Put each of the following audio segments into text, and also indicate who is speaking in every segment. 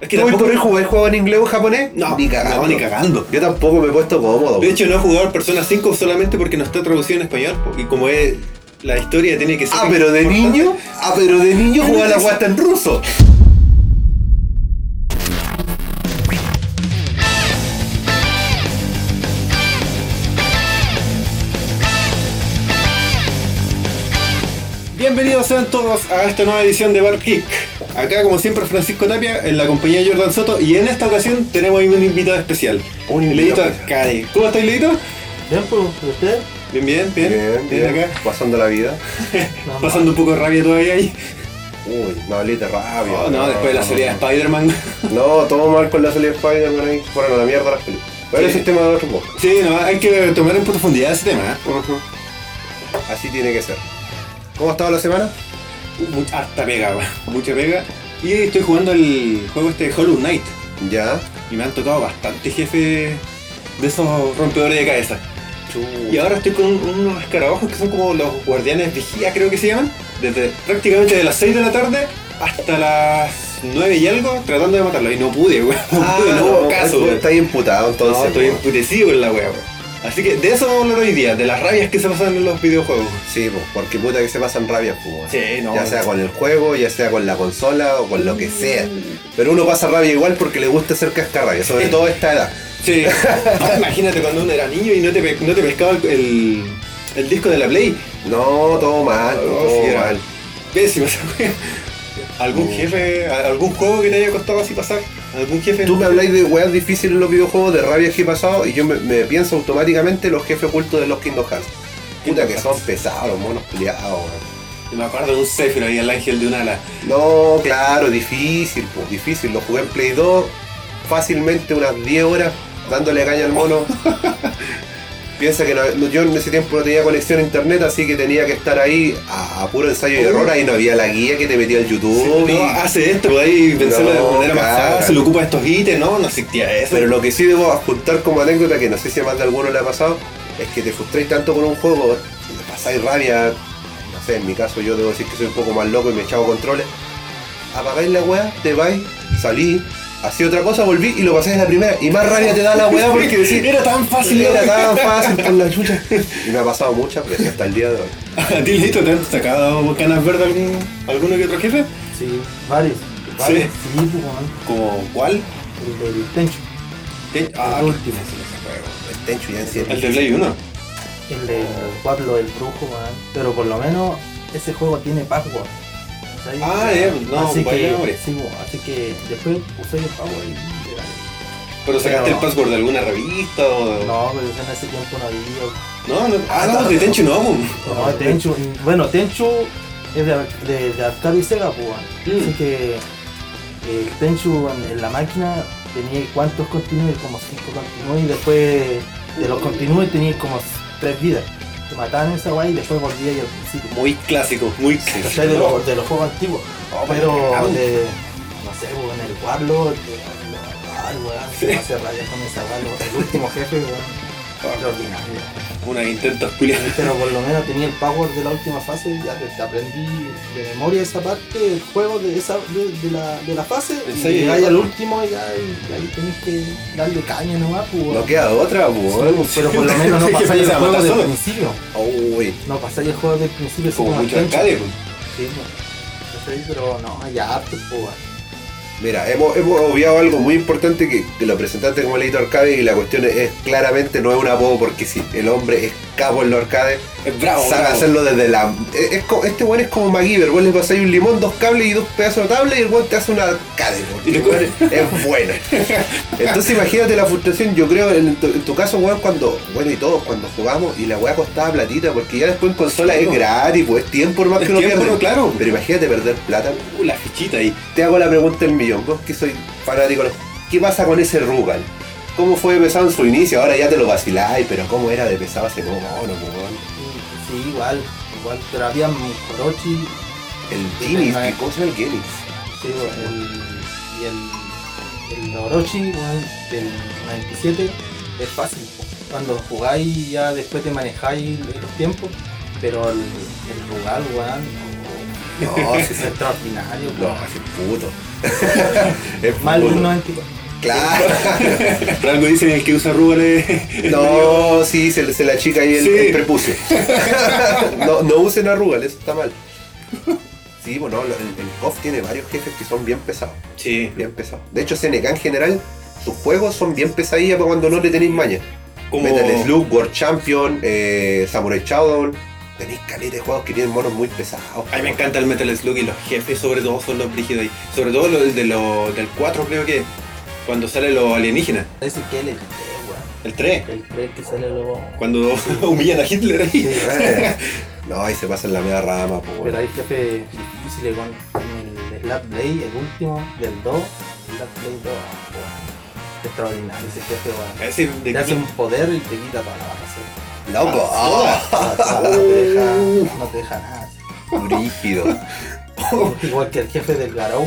Speaker 1: Es que
Speaker 2: ¿Tú voy
Speaker 1: tampoco-
Speaker 2: por el juego? ¿Has jugado en inglés o japonés?
Speaker 1: No,
Speaker 2: ni cagando.
Speaker 1: no, ni cagando.
Speaker 2: Yo tampoco me he puesto cómodo.
Speaker 1: De hecho, no he jugado al Persona 5 solamente porque no está traducido en español. po, Y como es. La historia tiene que ser.
Speaker 2: ah, pero de
Speaker 1: importante.
Speaker 2: niño. Ah, pero de niño jugaba la guasta en ruso.
Speaker 1: Bienvenidos sean todos a esta nueva edición de Bar Kick. Acá, como siempre, Francisco Tapia en la compañía de Jordan Soto. Y en esta ocasión tenemos un invitado especial.
Speaker 2: Un
Speaker 1: Leito
Speaker 2: invitado
Speaker 1: Arcade. ¿Cómo estáis, Leito?
Speaker 3: Bien, pues, ¿usted?
Speaker 1: Bien, bien, bien. acá.
Speaker 2: Pasando la vida.
Speaker 3: No, no.
Speaker 1: Pasando un poco de rabia todavía ahí. Oh,
Speaker 2: Uy, me hablé de rabia.
Speaker 1: No, no, después de la salida de Spider-Man.
Speaker 2: No, todo mal con la salida de Spider-Man ahí. Fueron a la mierda las películas. Pero
Speaker 1: Sí.
Speaker 2: el sistema de otro modo.
Speaker 1: Sí, no, hay que tomar en profundidad ese tema. ¿eh?
Speaker 2: Así tiene que ser. ¿Cómo ha estado la semana?
Speaker 1: Mucha, ¿eh? harta pega, weón. mucha pega. Y estoy jugando el juego este de Hollow Knight.
Speaker 2: Ya.
Speaker 1: Y me han tocado bastante jefes de esos rompedores de cabeza. Y ahora estoy con unos escarabajos que son como los guardianes vigía, creo que se llaman. Desde prácticamente de las 6 de la tarde hasta las 9 y algo, tratando de matarlo. Y no pude, weón. No
Speaker 2: Ah,
Speaker 1: pude, Ah, no hubo caso, weón.
Speaker 2: Está imputado entonces.
Speaker 1: No, estoy
Speaker 2: po.
Speaker 1: emputecido en la wea, weón. Así que de eso vamos a hablar hoy día, de las rabias que se pasan en los videojuegos.
Speaker 2: Sí, po, porque puta que se pasan rabias, po, weón.
Speaker 1: Sí, no.
Speaker 2: Ya sea con el juego, ya sea con la consola o con lo que sea. Pero uno pasa rabia igual porque le gusta hacer cascarrabia, sobre todo a esta edad.
Speaker 1: Sí. Imagínate cuando uno era niño y no te, pe- no te pescaba el, el disco de la Play.
Speaker 2: No, todo mal,
Speaker 1: No,
Speaker 2: todo
Speaker 1: sí, era
Speaker 2: mal.
Speaker 1: Pésimo esa wea. ¿Algún
Speaker 2: Mm.
Speaker 1: jefe, a- algún juego que te haya costado así pasar? ¿Algún jefe?
Speaker 2: Tú me habláis de weas difíciles en los videojuegos, de rabias que he pasado, y yo me, me pienso automáticamente los jefes ocultos de los Kingdom Hearts. Puta
Speaker 1: Kingdom
Speaker 2: que
Speaker 1: Hearts.
Speaker 2: son pesados, los monos peleados,
Speaker 1: Yo Me acuerdo de un Zephyr ahí, el ángel de un ala.
Speaker 2: No, claro, difícil, pues difícil. Lo jugué en Play 2 fácilmente unas 10 horas dándole caña al mono. Piensa que no- no- yo en ese tiempo no tenía conexión a internet, así que tenía que estar ahí a, a puro ensayo y error. Ahí no había la guía que te metía el YouTube.
Speaker 1: no,
Speaker 2: y-
Speaker 1: hace esto, podéis vencerlo de
Speaker 2: No,
Speaker 1: manera más
Speaker 2: caga.
Speaker 1: fácil, ocupa estos ítems, no, no existía eso.
Speaker 2: Pero lo que sí debo apuntar como anécdota, que no sé si a más de alguno le ha pasado, es que te frustráis tanto con un juego, le pasáis rabia, no sé, en mi caso yo debo decir que soy un poco más loco y me echaba controles. Apagáis la weá, te vais, salí, hacía otra cosa, volví y lo pasáis en la primera. Y más rabia te da la weá porque decís,
Speaker 1: era tan fácil,
Speaker 2: era tan fácil por la chucha. Y me ha pasado muchas veces hasta el día de hoy.
Speaker 1: ¿A ti listo te han sacado canas verdes algún, alguno que otro jefe?
Speaker 3: Sí, varios. Varios, sí, pues, weón.
Speaker 1: ¿Como cuál?
Speaker 3: El del Tenchu.
Speaker 1: ¿Qué? Ah,
Speaker 3: el último.
Speaker 2: El Tenchu ya en serio.
Speaker 1: El de Play 1.
Speaker 3: El del Pablo del Brujo, weón. Pero por lo menos ese juego tiene password. ¿cachai?
Speaker 1: Ah, ya, no,
Speaker 3: así
Speaker 1: vaya
Speaker 3: que,
Speaker 1: memoria.
Speaker 3: sí, weón, así que después usé el password y era-
Speaker 1: ¿Pero sacaste
Speaker 3: Pero
Speaker 1: el
Speaker 3: no.
Speaker 1: password de alguna revista o...?
Speaker 3: No, pero en ese tiempo no
Speaker 1: No,
Speaker 3: había.
Speaker 1: no. Ah,
Speaker 2: Ah,
Speaker 1: no,
Speaker 2: no.
Speaker 1: de Tenchu no. pum.
Speaker 3: No, Tenchu. Bueno, Tenchu es de, de, de Arcade y Sega, pues, weón.
Speaker 1: Mm.
Speaker 3: Así que el Tenchu en, en la máquina tenía cuántos continuos, como cinco continuos, y después de los continuos tenía como tres vidas. Te mataban en esa guay y después volvía ahí al principio.
Speaker 1: Muy clásico, muy
Speaker 3: O
Speaker 1: clásico.
Speaker 3: sea, de, los, de los juegos antiguos.
Speaker 1: Oh,
Speaker 3: pero
Speaker 1: pero-
Speaker 3: de, no sé, pues, en el Warlord, de- ay, weón, se me hace rabia con esa Warlord. El último jefe, weón, extraordinario.
Speaker 1: Unos intentos culiados.
Speaker 3: Pero por lo menos tenía el power de la última fase, ya te- te aprendí de memoria esa parte del juego de esa de, de la, de la fase.
Speaker 1: ¿En
Speaker 3: Y
Speaker 1: serio?
Speaker 3: llegáis al último ya, y ahí tenés que darle caña nomás, pues.
Speaker 2: No queda otra, weón.
Speaker 3: Sí, Pero por lo menos no
Speaker 1: Sí, que
Speaker 3: pasáis el
Speaker 1: empieza a
Speaker 3: juego
Speaker 1: matar
Speaker 3: del
Speaker 1: solo.
Speaker 3: principio.
Speaker 2: Uy.
Speaker 3: No pasáis el juego del principio, así
Speaker 1: Como
Speaker 3: como
Speaker 1: mucho
Speaker 3: al
Speaker 1: arcade,
Speaker 3: Tenchu.
Speaker 1: pues.
Speaker 3: Sí, pues. ¿Cachai? Pero no, ya harto, pues.
Speaker 2: Mira, hemos, hemos obviado algo muy importante que, que lo presentaste como Leito Arcade y la cuestión es, es claramente no es un apodo porque sí, el hombre es capo en los arcades,
Speaker 1: Es bravo,
Speaker 2: sabe
Speaker 1: bravo.
Speaker 2: hacerlo desde la... es- es co- este weón es como MacGyver, vos le pasáis un limón, dos cables y dos pedazos de tabla y el weón te hace una arcade, weón.
Speaker 1: Y te cubre.
Speaker 2: es bueno. Entonces imagínate la frustración, yo creo en tu, en tu caso weón cuando, bueno y todos, cuando jugamos y la weá costaba platita porque ya después en consola es
Speaker 1: Claro.
Speaker 2: gratis, pues es tiempo por más
Speaker 1: Es
Speaker 2: que uno
Speaker 1: tiempo,
Speaker 2: pierde.
Speaker 1: claro.
Speaker 2: Pero imagínate perder plata.
Speaker 1: Uh, la fichita ahí.
Speaker 2: Te hago la pregunta del millón, vos que soy fanático. de los- ¿Qué pasa con ese Rugal? ¿Cómo fue pesado en su inicio? Ahora ya te lo vaciláis, pero ¿cómo era de pesado ese mono, weón?
Speaker 3: Sí, igual, igual, pero había un Corochi,
Speaker 2: El Guinness,
Speaker 3: Ajá.
Speaker 2: ¿qué cosa era el Guinness?
Speaker 3: Sí, bueno, el, y el, el Orochi bueno, del 97 es fácil. po. Cuando jugáis ya después te manejáis los tiempos, pero el, el Rugal, weón,
Speaker 2: No, si
Speaker 3: Es
Speaker 2: se-
Speaker 3: extraordinario,
Speaker 2: no,
Speaker 3: weón.
Speaker 2: si es puto. es
Speaker 3: Mal
Speaker 2: puto.
Speaker 3: del 94.
Speaker 2: Claro.
Speaker 1: Por algo dicen el que usa rúbales.
Speaker 2: No, sí, se, le- se la chica ahí el,
Speaker 1: Sí.
Speaker 2: el prepucio. no, no usen arrugas, eso está mal. Sí, bueno, lo- el, el KOF tiene varios jefes que son bien pesados.
Speaker 1: Sí,
Speaker 2: Bien pesados. De hecho, SNK en general, sus juegos son bien pesadillas para cuando no le tenéis maña.
Speaker 1: como.
Speaker 2: Metal Slug, World Champion, eh, Samurai Shodown. Tenéis caleta de juegos que tienen monos muy pesados.
Speaker 1: A mí me encanta el Metal Slug y los jefes, sobre todo, son los brígidos ahí. Sobre todo los de los del 4, creo que. Cuando sale los alienígenas.
Speaker 3: Parece que él es el 3, weón.
Speaker 1: El 3.
Speaker 3: El 3 que sale luego.
Speaker 1: Cuando humillan a Hitler ahí.
Speaker 2: Eh, no, ahí se pasan la media rama, po,
Speaker 3: Pero
Speaker 2: weón.
Speaker 3: hay jefes difíciles con, con el Slap Blade, el último, del 2, Slap Blade 2. weón. Extraordinario ese jefe,
Speaker 2: Eh,
Speaker 3: weón.
Speaker 1: Ese de
Speaker 3: Te hace un poder y te quita toda la barra, sí.
Speaker 2: Loco,
Speaker 1: Ah,
Speaker 2: ah,
Speaker 3: Toda- toda la barra, no te
Speaker 1: Uh.
Speaker 3: deja- no te deja nada. sí.
Speaker 2: brígido.
Speaker 3: Igual que el jefe del Garou,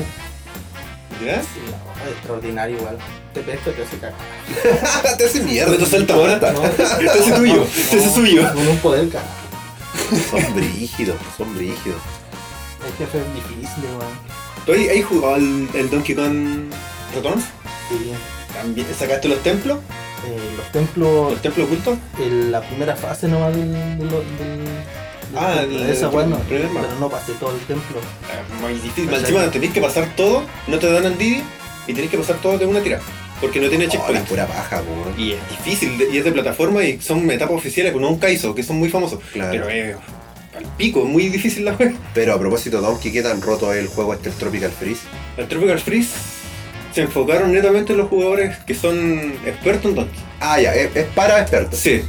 Speaker 1: ¿Ya?
Speaker 3: sí, la barra es extraordinario igual. Te pesca, te hace cagar.
Speaker 2: Te hace mierda.
Speaker 1: Reto salta ahora.
Speaker 3: No,
Speaker 1: Este es tuyo, este es suyo.
Speaker 3: Con un poder cagar.
Speaker 2: Son brígidos, son brígidos.
Speaker 3: El jefe es difícil, weón.
Speaker 1: ¿Tú ahí, ahí jugado el, el Donkey Kong Returns?
Speaker 3: Sí.
Speaker 1: ¿También te sacaste los templos?
Speaker 3: Eh, los templos
Speaker 1: ¿Los templos ocultos?
Speaker 3: en la primera fase nomás del, del, del- del
Speaker 1: Ah,
Speaker 3: templo.
Speaker 1: el-
Speaker 3: esa
Speaker 1: el
Speaker 3: bueno,
Speaker 1: primer mapa.
Speaker 3: pero no pasé todo el templo.
Speaker 1: Ah, Muy difícil.
Speaker 3: Pues
Speaker 1: Encima
Speaker 3: ahí.
Speaker 1: tenés que pasar todo, no te dan Didi y tenés que pasar todo de una tira. Porque no tiene
Speaker 2: Oh, la
Speaker 1: checkpoint.
Speaker 2: pura paja, po, weón.
Speaker 1: Y es difícil, de- y es de plataforma y son etapas oficiales, con un Kaizo, que son muy famosos.
Speaker 2: Claro.
Speaker 1: Pero eh, al pico, es muy difícil la juega.
Speaker 2: Pero a propósito, Donkey, ¿qué tan roto es el juego este el Tropical Freeze?
Speaker 1: El Tropical Freeze se enfocaron netamente en los jugadores que son expertos en Donkey.
Speaker 2: Ah, ya, es, es para expertos.
Speaker 1: Sí.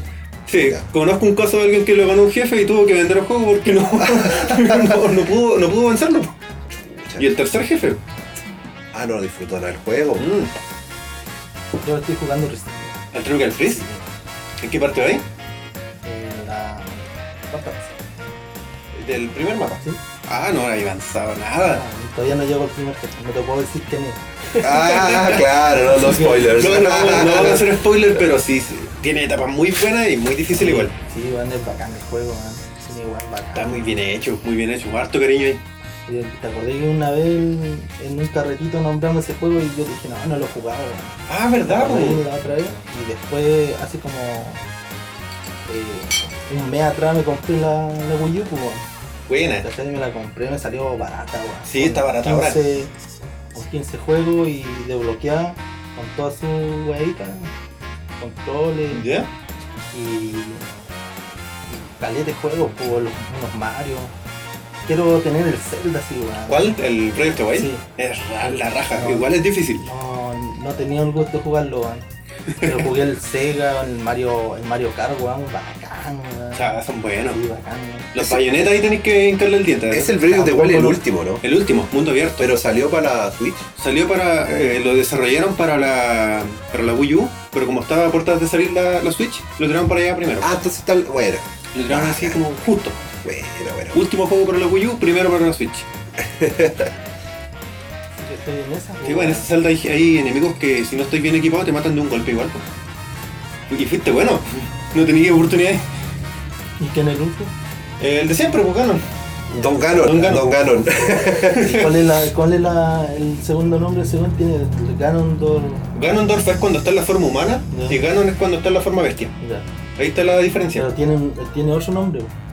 Speaker 1: Sí,
Speaker 2: Ya.
Speaker 1: conozco un caso de alguien que le ganó un jefe y tuvo que vender el juego porque no, no, no pudo, no pudo avanzarlo.
Speaker 2: Chucha.
Speaker 1: Y el tercer jefe.
Speaker 2: Ah, no disfrutó nada el juego.
Speaker 1: Mm.
Speaker 3: Yo estoy jugando Resident
Speaker 1: ¿El Tropical Freeze? ¿En qué parte va ahí?
Speaker 3: en eh, la cuarta fase.
Speaker 1: Del primer mapa.
Speaker 3: Sí.
Speaker 1: Ah, no he avanzado
Speaker 3: Ah,
Speaker 1: nada.
Speaker 3: Todavía no llego al primer jefe, no te puedo decir quién es.
Speaker 2: Ah, claro, no, no spoilers.
Speaker 1: No, no, no, no vamos a hacer spoiler, pero sí, sí, tiene etapas muy buenas y muy difícil igual.
Speaker 3: Sí, weón, es bacán el juego, weón. Sí, weón, bacán.
Speaker 1: Está muy bien hecho, muy bien hecho. Harto cariño ahí.
Speaker 3: Y Te acordé que una vez en en un carretito nombramos ese juego y yo dije, no, no lo jugaba, weón.
Speaker 1: Ah, ¿verdad? po?
Speaker 3: Ahí la otra vez, Y después, hace como eh, un mes atrás, me compré la, la Wii U, pues, weón.
Speaker 1: Buena.
Speaker 3: ¿Cachai? Me la compré, me salió barata, weón.
Speaker 1: Sí, está barata ahora.
Speaker 3: 15, Con 15 juegos y desbloqueada con todas sus weitas, controles
Speaker 1: ¿Ya?
Speaker 3: y, y caleta de juegos, pues, los- unos Mario. Quiero tener el Zelda así, weón.
Speaker 1: ¿Cuál? ¿El Project Away?
Speaker 3: Sí.
Speaker 1: Es ra- la raja,
Speaker 3: No.
Speaker 1: igual es difícil.
Speaker 3: No, no tenía el gusto de jugarlo, weón. Pero jugué el Sega, el Mario, el Mario Kart, weón, bacán, weón.
Speaker 1: O sea, son buenos.
Speaker 3: Sí, bacán, weón.
Speaker 1: Los bayonetas ahí tenés que hincarle el diente.
Speaker 2: Es el Breath de the Wild el último, ¿no?
Speaker 1: El último, mundo abierto.
Speaker 2: Pero salió para la Switch.
Speaker 1: Salió para. eh, lo desarrollaron para la. para la Wii U, pero como estaba a puertas de salir la, la Switch, lo tiraron para allá primero.
Speaker 2: Ah, entonces está. Bueno,
Speaker 1: lo tiraron así como justo.
Speaker 2: bueno, bueno.
Speaker 1: Último juego para la Wii U, primero para la Switch.
Speaker 3: Así que estoy en esa,
Speaker 1: Sí,
Speaker 3: weón.
Speaker 1: bueno, en esa celda hay, hay enemigos que si no estoy bien equipado te matan de un golpe igual. pues. Y fuiste bueno, no tenías oportunidades.
Speaker 3: ¿Y qué en el último?
Speaker 1: El de siempre, pues Ganon.
Speaker 2: Don Ganon,
Speaker 1: Don Ganon.
Speaker 2: Don Ganon.
Speaker 3: ¿Y ¿Cuál es, la, cuál es la, el segundo nombre? Según tiene el Ganondorf.
Speaker 1: Ganondorf es cuando está en la forma humana
Speaker 3: Ya.
Speaker 1: y Ganon es cuando está en la forma bestia.
Speaker 3: Ya.
Speaker 1: Ahí está la diferencia.
Speaker 3: Pero tiene, un- tiene otro nombre, weón.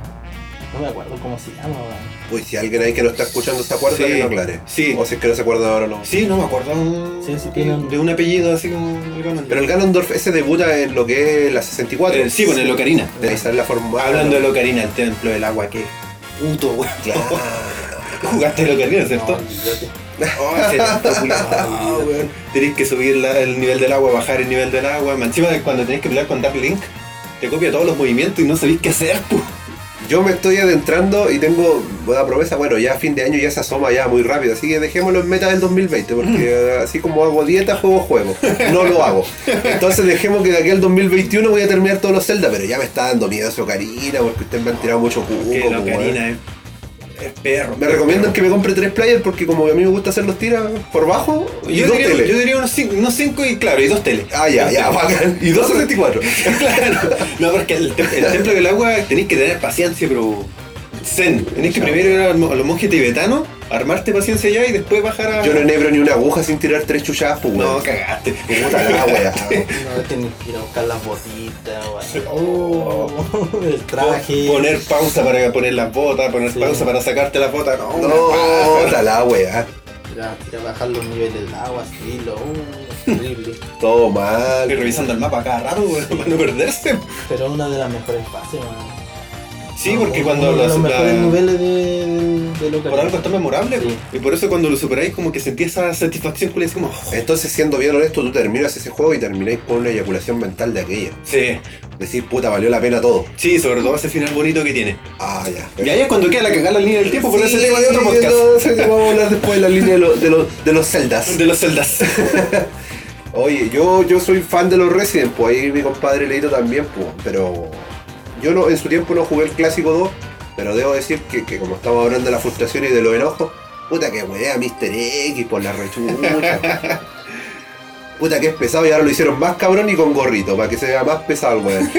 Speaker 3: No me acuerdo cómo se llama, weón.
Speaker 2: Uy, si alguien ahí que no está escuchando se acuerda,
Speaker 1: Sí.
Speaker 2: que lo aclare.
Speaker 1: Sí.
Speaker 2: O si es que no se acuerda ahora, no.
Speaker 1: Sí, no me acuerdo un-
Speaker 3: Sí, sí, tienen-
Speaker 1: de un apellido así como Ganon.
Speaker 2: Pero el Ganondorf ese debuta en lo que es la 64.
Speaker 1: Eh, sí, con el Ocarina.
Speaker 2: De ahí sale la forma.
Speaker 1: Hablando del Ocarina, el templo del agua, que puto weón. Jugaste el Ocarina, ¿cierto?
Speaker 3: No, olvídate.
Speaker 1: Oh, ese templo culiao, Ah, weón. Tenés que subir la- el nivel del agua, bajar el nivel del agua. más Encima de cuando tenés que pelear con Dark Link, te copia todos los movimientos y no sabéis qué hacer, pu.
Speaker 2: Yo me estoy adentrando y tengo buena promesa, bueno, ya a fin de año ya se asoma ya muy rápido, así que dejémoslo en meta del 2020, porque
Speaker 1: Mm.
Speaker 2: así como hago dieta, juego juego, no lo hago. Entonces dejemos que de aquí al 2021 voy a terminar todos los Zelda, pero ya me está dando miedo su carina, porque ustedes me han tirado mucho jugo.
Speaker 1: Que la
Speaker 2: como,
Speaker 1: Ocarina es, eh. es perro.
Speaker 2: Me recomiendan que me compre tres players porque como a mí me gusta hacer los tiras por bajo y
Speaker 1: Yo
Speaker 2: dos
Speaker 1: diría,
Speaker 2: teles.
Speaker 1: yo diría unos cinco, unos cinco y claro, y dos teles.
Speaker 2: Ah, ya, ya, bacán. Y dos 64.
Speaker 1: claro. No, porque el, tem- el templo del agua tenéis que tener paciencia, pero Zen. Tenés que
Speaker 2: Claro.
Speaker 1: primero ir a los mo- a los monjes tibetanos, armarte paciencia ya y después bajar a.
Speaker 2: Yo no enhebro ni una aguja sin tirar tres chuchadas, pues,
Speaker 1: No,
Speaker 2: weón.
Speaker 1: cagaste.
Speaker 2: Puta la wea.
Speaker 3: No, tenés que ir a buscar las botitas, weón. Oh, el traje.
Speaker 1: Poner pausa para poner las botas, poner
Speaker 3: Sí.
Speaker 1: pausa para sacarte las botas. No, una
Speaker 2: No,
Speaker 1: paja.
Speaker 2: puta la wea.
Speaker 3: Tira, tira, bajar los niveles del agua, subirlo. Oh, terrible.
Speaker 2: Todo
Speaker 1: Estoy
Speaker 2: mal.
Speaker 1: revisando el mapa cada rato, weón, para no perderse.
Speaker 3: Pero es una de las mejores fases, weón.
Speaker 1: Sí,
Speaker 3: No,
Speaker 1: porque
Speaker 3: uno
Speaker 1: cuando
Speaker 3: de
Speaker 1: las-
Speaker 3: los mejores
Speaker 1: la-
Speaker 3: niveles de, de lo que
Speaker 1: por algo es tan memorable,
Speaker 3: Sí.
Speaker 1: y por eso cuando lo superáis, como que sentí esa satisfacción que le como. "Oh,
Speaker 2: Entonces, siendo bien honesto, tú terminas ese juego y termináis con una eyaculación mental de aquella.
Speaker 1: Sí,
Speaker 2: Decir, puta, valió la pena todo.
Speaker 1: sí, sobre todo ese final bonito que tiene.
Speaker 2: Ah, ya.
Speaker 1: Y ahí es cuando queda la cagada la línea del tiempo, por ese tema de otro podcast.
Speaker 2: Entonces, vamos a hablar después de la línea de, los- de los- de los celdas.
Speaker 1: De los celdas.
Speaker 2: Oye, yo, yo soy fan de los Resident, pues ahí mi compadre Leito también, pues, pero yo no, en su tiempo no jugué el clásico 2, pero debo decir que, que como estamos hablando de la frustración y de los enojos, puta que wea Mr. X por la rechucha. puta que es pesado y ahora lo hicieron más cabrón y con gorrito, para que se vea más pesado el weón.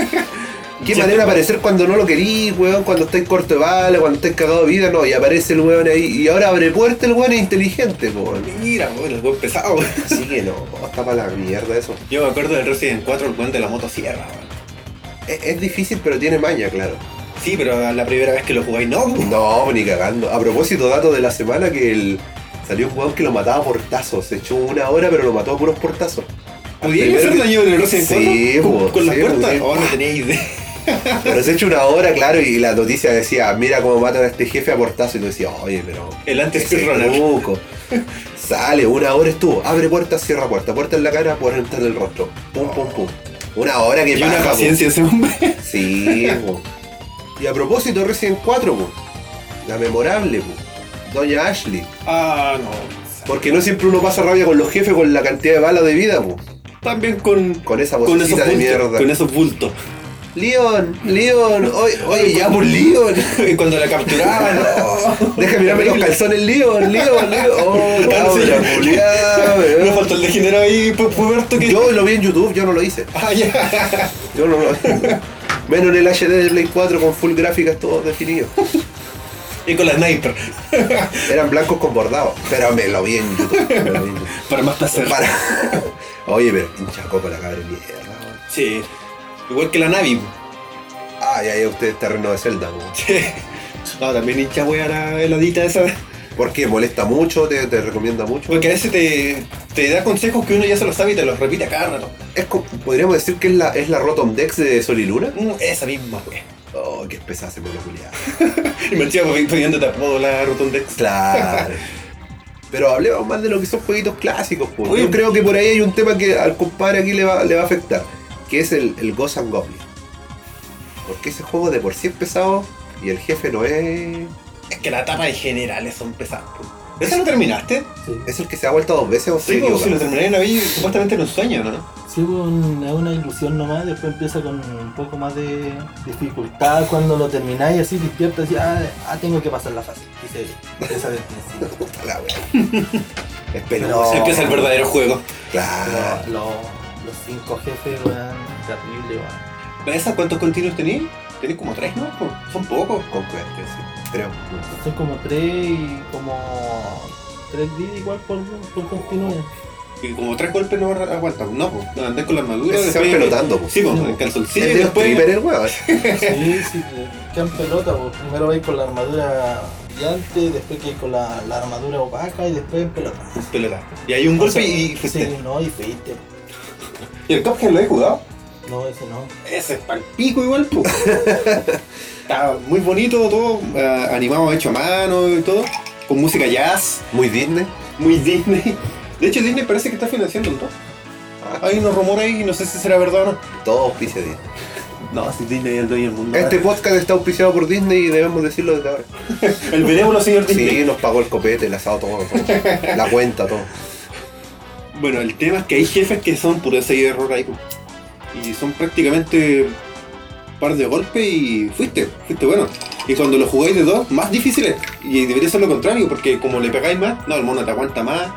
Speaker 2: Qué
Speaker 1: Ya.
Speaker 2: manera de aparecer cuando no lo querís, weón, cuando estáis corto de bala, cuando estáis cagado de vida, no, y aparece el weón ahí, y ahora abre puerta el weón es inteligente, weón.
Speaker 1: Mira, bueno, el buen pesado. weón.
Speaker 2: Así que no, está para la mierda eso.
Speaker 1: Yo me acuerdo del Resident 4, el buen de la motosierra. weón.
Speaker 2: Es, es difícil, pero tiene maña, claro.
Speaker 1: Sí, pero la primera vez que lo jugáis, no. weón.
Speaker 2: No, ni cagando. A propósito, dato de la semana que el... salió un jugador que lo mataba a portazos. Se echó una hora, pero lo mató a puros portazos.
Speaker 1: ¿Podíais hacer
Speaker 2: Primero que-
Speaker 1: daño en el Resident
Speaker 2: Sí,
Speaker 1: 4?
Speaker 2: weón,
Speaker 1: ¿Con, con las
Speaker 2: sí,
Speaker 1: puertas?
Speaker 2: weón.
Speaker 1: Oh, no tenía idea.
Speaker 2: Pero se echó una hora, claro, y la noticia decía, mira cómo matan a este jefe a portazos. Y tú decías, oye, pero...
Speaker 1: El antes
Speaker 2: ese
Speaker 1: speedrunner.
Speaker 2: truco". Sale, una hora estuvo. Abre puerta, cierra puerta. Puerta en la cara, puerta en el rostro. Pum, pum, pum. Una hora que
Speaker 1: Y
Speaker 2: paja,
Speaker 1: una
Speaker 2: po.
Speaker 1: paciencia ese hombre.
Speaker 2: Sí, po. Y a propósito, Resident 4, po. La memorable, po. Doña Ashley.
Speaker 1: Ah, no.
Speaker 2: Porque no siempre uno pasa rabia con los jefes con la cantidad de balas de vida, po.
Speaker 1: También con,
Speaker 2: Con esa
Speaker 1: con esos
Speaker 2: vocecita de
Speaker 1: bultos.
Speaker 2: mierda.
Speaker 1: Con esos bultos.
Speaker 2: Leon, Leon, oye, oye, ya por Leon.
Speaker 1: Y cuando la capturaban, no.
Speaker 2: Deja mirarme los calzones, Leon, Leon, Leon. Oh, cabra,
Speaker 1: Sí.
Speaker 2: culiá,
Speaker 1: Me
Speaker 2: weón.
Speaker 1: faltó el degenerado ahí, pu- puberto que.
Speaker 2: Yo lo vi en YouTube, yo no lo hice.
Speaker 1: Ah, ya.
Speaker 2: Yo no lo Menos en el HD de Play 4 con full gráficas todo definido.
Speaker 1: Y con la sniper.
Speaker 2: Eran blancos con bordados. Pero me lo vi en YouTube. me lo vi en YouTube.
Speaker 1: Para más placer.
Speaker 2: Para. Oye, pero pincha copa la cabra de mierda, weón.
Speaker 1: Sí. Igual que la Navi. pu.
Speaker 2: Ay, ay, usted es terreno de Zelda, weón.
Speaker 1: Sí. No, también hincha wea la heladita esa.
Speaker 2: Porque molesta mucho, te, te recomienda mucho.
Speaker 1: Porque a veces te, te da consejos que uno ya se los sabe y te los repite a cada rato.
Speaker 2: Es co- podríamos decir que es la, es la Rotom Dex de Sol y Luna.
Speaker 1: Mm, esa misma wea.
Speaker 2: Oh, qué pesada se me lo culiaba.
Speaker 1: Y me encima fue- fue poniéndote apodo la Rotondex.
Speaker 2: Claro. Pero hablemos más de lo que son jueguitos clásicos, pues.
Speaker 1: Oye.
Speaker 2: Yo creo que por ahí hay un tema que al compadre aquí le va, le va a afectar, que es el, el Ghost and Goblin. Porque ese juego de por sí es pesado y el jefe no es.
Speaker 1: Es que la tapa de generales son pesadas. pu. ¿Esa no terminaste?
Speaker 3: Sí,
Speaker 2: Es el que se ha vuelto dos veces o se
Speaker 1: Sí, pues, como
Speaker 2: equivoca.
Speaker 1: si lo terminé una vez y supuestamente era un sueño, ¿no?
Speaker 3: sí un- es una ilusión nomás, después empieza con un poco más de dificultad cuando lo termináis así despiertas y ah, ah, tengo que pasar la fase. Y se empieza desde el principio.
Speaker 2: Puta la wea. Es
Speaker 3: No.
Speaker 2: penoso.
Speaker 1: Se empieza el verdadero juego.
Speaker 2: Claro.
Speaker 3: Pero lo- los cinco jefes, weón, terrible, weón.
Speaker 1: ¿Esa cuántos continuos tenías? Tenés como tres, ¿no? Pu. Son pocos.
Speaker 2: Con cuerpo, sí. Creo.
Speaker 3: Son como tres y como tres días igual por, por continuo.
Speaker 1: Y como tres golpes no aguantan. No, pues, no andás con la armadura.
Speaker 2: Ese se
Speaker 1: después-
Speaker 2: va pelotando, po.
Speaker 1: Sí, pues, en
Speaker 2: Sí,
Speaker 1: calzoncillo
Speaker 2: es
Speaker 1: y
Speaker 2: medio
Speaker 1: después.
Speaker 2: stripper el weón.
Speaker 3: Sí, sí, que en pelota, pues. primero vais con la armadura brillante, después que con la, la armadura opaca y después en pelota.
Speaker 1: Pelota. Y hay un golpe y fuiste.
Speaker 3: Sí, no, y fuiste.
Speaker 1: ¿Y el Cuphead lo he jugado?
Speaker 3: No, ese no.
Speaker 1: Ese es pal pico igual, pues. Está muy bonito todo, eh, animado hecho a mano y todo. Con música jazz,
Speaker 2: Muy Disney.
Speaker 1: muy Disney. De hecho, Disney parece que está financiando el todo.
Speaker 2: Ah,
Speaker 1: Hay unos rumores ahí, no sé si será verdad o no.
Speaker 2: todo auspicia Disney.
Speaker 1: No, si Disney es el dueño del mundo.
Speaker 2: Este podcast está auspiciado por Disney y debemos decirlo desde ahora.
Speaker 1: El benévolo señor Disney.
Speaker 2: Sí, nos pagó el copete, el asado, todo. todo. La cuenta, todo.
Speaker 1: Bueno, el tema es que hay jefes que son puro ese error ahí. po. Y son prácticamente un par de golpes y fuiste, fuiste bueno. Y cuando lo jugáis de dos, más difíciles. Y debería ser lo contrario, porque como le pegáis más, no, el mono te aguanta más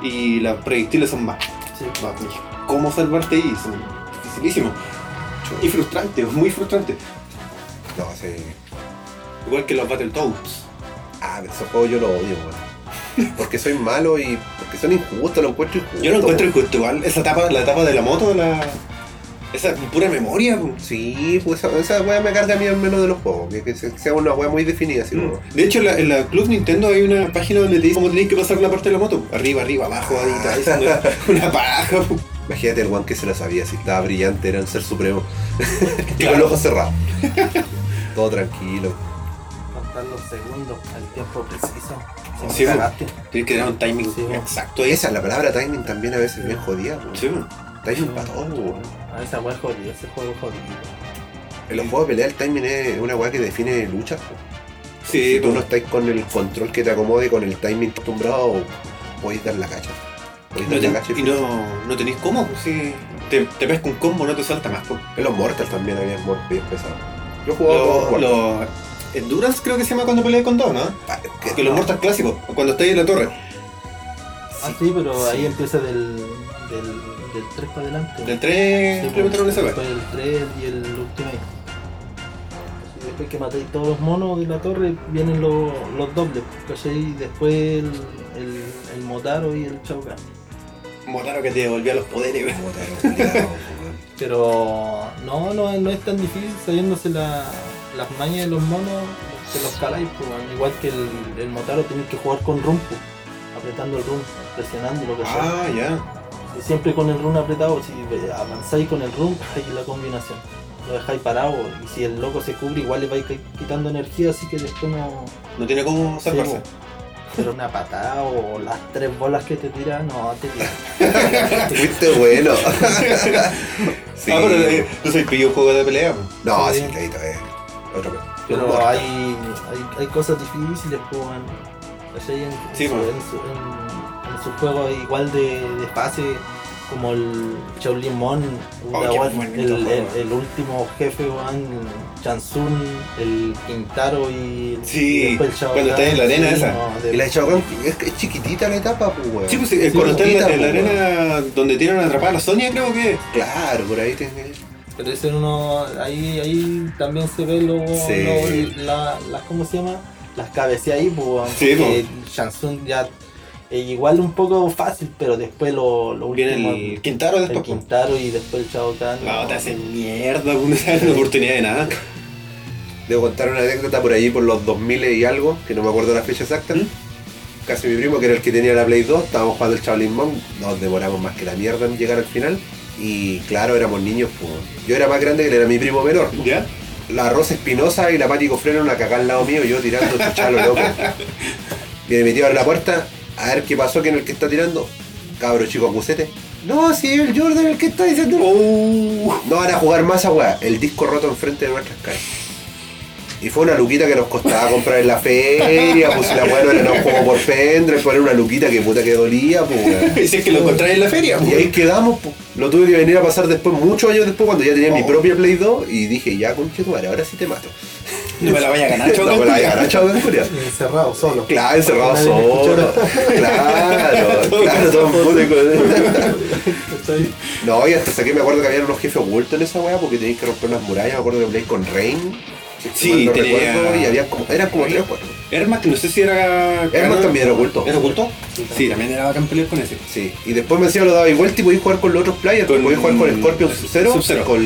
Speaker 1: y las proyectiles son más.
Speaker 3: Sí.
Speaker 1: No, pues, ¿Cómo salvarte ahí? Son dificilísimos. Y frustrante, muy frustrante.
Speaker 2: No, sí.
Speaker 1: Igual que los Battletoads.
Speaker 2: Ah, pero esos juegos yo los odio, weón. Porque soy malo y porque son injustos, lo encuentro injusto.
Speaker 1: Yo lo encuentro
Speaker 2: weón.
Speaker 1: injusto igual. Esa etapa, la etapa de la moto, la... esa pura memoria. po.
Speaker 2: Sí, pues esa, esa weá me carga a mí al menos de los juegos, que, que se- sea una weá muy definida, así como.
Speaker 1: De hecho, en la, en la Club Nintendo hay una página donde te dice cómo tenés que pasar la parte de la moto. Arriba, arriba, abajo, ahí, te avisan, una, una paja. po.
Speaker 2: Imagínate el weón que se la sabía, si estaba brillante, era un ser supremo. y
Speaker 1: Claro.
Speaker 2: con los ojos cerrados. Todo tranquilo.
Speaker 3: Contar los segundos al tiempo preciso. Si
Speaker 1: Sí,
Speaker 3: me
Speaker 1: po.
Speaker 3: cagaste.
Speaker 1: Tienes que tener un timing
Speaker 3: Sí, po.
Speaker 1: exacto.
Speaker 2: Pues
Speaker 1: Esa.
Speaker 2: esa es la palabra timing también a veces bien jodida, weón.
Speaker 1: Sí, po.
Speaker 2: Timing para todo, weón.
Speaker 3: Ah, esa weá es jodida, ese juego es jodido.
Speaker 2: En los juegos de pelea el timing es una weá que define luchas, po.
Speaker 1: Sí,
Speaker 2: Si tú
Speaker 1: po.
Speaker 2: no estás con el control que te acomode, con el timing acostumbrado, podéis dar la cacha. Podéis
Speaker 1: No
Speaker 2: dar
Speaker 1: te-
Speaker 2: la cacha.
Speaker 1: y no, no tenés cómo. po, Sí. Te, te pesca un combo, no te salta más. po.
Speaker 2: En los Mortal también había Mortal bien pesado. Yo jugaba
Speaker 1: Los
Speaker 2: con Mortal.
Speaker 1: los Endurance creo que se llama cuando peleas con dos, ¿no?
Speaker 2: Ah, que-
Speaker 1: Que los muertos clásicos, cuando estáis en la torre.
Speaker 3: Ah, sí, pero
Speaker 2: Sí.
Speaker 3: ahí empieza del, del, del 3 para adelante.
Speaker 1: Del 3
Speaker 3: Sí,
Speaker 1: implementaron esa vez.
Speaker 3: Después el 3 y el Ultimate. Y Después que matáis todos los monos de la torre, vienen los, los dobles. ¿cachai? Y después el, el, el Motaro y el Shao Kahn.
Speaker 1: Motaro que te devolvía los poderes, weón.
Speaker 2: Mortal, culiao, weón.
Speaker 3: Pero no, no, no es tan difícil sabiéndose la- las mañas de los monos, se los caláis, pues, weón. igual que el, el Motaro tenéis que jugar con run, pues, apretando el run, presionando lo que sea.
Speaker 1: Ah, ya.
Speaker 3: Y Siempre con el run apretado, si ve- avanzáis con el run, hay la combinación. Lo dejáis parado y si el loco se cubre igual le vais qui- quitando energía, así que después no...
Speaker 1: No tiene cómo salvarse.
Speaker 3: Sí, Pero una patada o las tres bolas que te tiran, no, te tiran.
Speaker 2: Fuiste bueno. Sí.
Speaker 1: Ah, pero eh, no soy pillo juego de pelea. po.
Speaker 2: No,
Speaker 3: Sí.
Speaker 2: sí, clarito, es otro peor.
Speaker 3: Pero
Speaker 2: Mortal.
Speaker 3: hay, hay, hay cosas difíciles, pues, weón. ¿Cachai? En, en
Speaker 1: Sí,
Speaker 3: su,
Speaker 1: pues.
Speaker 3: en su- en- en su juego igual de, de fase, como el Shaolin Mon,
Speaker 1: Oh,
Speaker 3: la
Speaker 1: qué
Speaker 3: weón,
Speaker 1: bonito
Speaker 3: el,
Speaker 1: juego.
Speaker 3: el- el último jefe, weón, Chansun, el Quintaro y, el-
Speaker 1: Sí,
Speaker 3: y después el Shao
Speaker 1: cuando
Speaker 3: Kahn,
Speaker 1: está en la arena
Speaker 3: sí,
Speaker 1: esa.
Speaker 3: no, de-
Speaker 2: Y la de Shao Kahn, es que es chiquitita la etapa, pues, weón.
Speaker 1: Sí, pues eh,
Speaker 3: Sí,
Speaker 1: cuando está en la,
Speaker 2: poquita,
Speaker 1: en la
Speaker 2: po,
Speaker 1: arena donde tienen atrapada a la Sonia, creo que.
Speaker 2: Claro, por ahí tenés.
Speaker 3: Pero ese uno, ahí, ahí también se ve lo,
Speaker 2: Sí.
Speaker 3: lo- la, las- ¿cómo se llama? Las cabeceas ahí, pues,
Speaker 1: Sí,
Speaker 3: que Shansun ya, eh, igual un poco fácil, pero después lo, lo
Speaker 1: Viene
Speaker 3: último,
Speaker 1: el Quintaro
Speaker 3: el
Speaker 1: después. po.
Speaker 3: Quintaro y después el Chao Kahn.
Speaker 1: La
Speaker 3: no,
Speaker 1: otra hace mierda, po, no sabes la oportunidad de nada.
Speaker 2: Debo contar una anécdota por ahí por los 2000 y algo, que no me acuerdo la fecha exacta.
Speaker 1: ¿Mm?
Speaker 2: Casi mi primo, que era el que tenía la Play 2, estábamos jugando el Shaolin Monk, nos demoramos más que la mierda en llegar al final. Y claro, éramos niños, pues. Yo era más grande que él, era mi primo menor.
Speaker 1: ¿Ya?
Speaker 2: La Rosa Espinosa y la Pati Cofrero una cagada al lado mío, yo tirando chuchalo loco. Viene mi tío a la puerta, a ver qué pasó, quién es el que está tirando. Cabro chico acusete. No, si es el Jordan el que está diciendo. No van a jugar más a weá. El disco roto enfrente de nuestras caras. Y fue una luquita que nos costaba comprar en la feria, pues si la weá no era un juego por Fendre, fue una luquita que puta que dolía, pues weá.
Speaker 1: Y si es que lo encontrás en la feria, po.
Speaker 2: Y ahí quedamos, pues. Lo tuve que venir a pasar después, muchos años después, cuando ya tenía mi
Speaker 1: Oh.
Speaker 2: propia Play 2 y dije, ya conche tu madre, ahora sí te mato.
Speaker 1: No me la vaya a ganar,
Speaker 2: No
Speaker 1: Choco.
Speaker 2: me la había ganado, chavo, en Julia.
Speaker 3: Encerrado, solo.
Speaker 2: Claro, encerrado
Speaker 3: Nadie me
Speaker 2: solo. Claro, claro, todo un puto con-
Speaker 3: ¿Cachai?
Speaker 2: No, y hasta que me acuerdo que había unos jefes ocultos en esa weá porque tenías que romper unas murallas. Me acuerdo que peleé con Rain. si
Speaker 1: Sí,
Speaker 2: mal no
Speaker 1: tenía-
Speaker 2: recuerdo, y había como, eran como tres o cuatro.
Speaker 1: Ermac, no sé si era.
Speaker 2: Ermac también era oculto.
Speaker 1: ¿Era oculto? Sí, también era bacán pelear con ese.
Speaker 2: Sí, y después me decía lo daba igual y podías jugar con los otros players.
Speaker 1: Con-
Speaker 2: Podías jugar con Scorpion Sub-Zero,
Speaker 1: Sub-Zero.
Speaker 2: con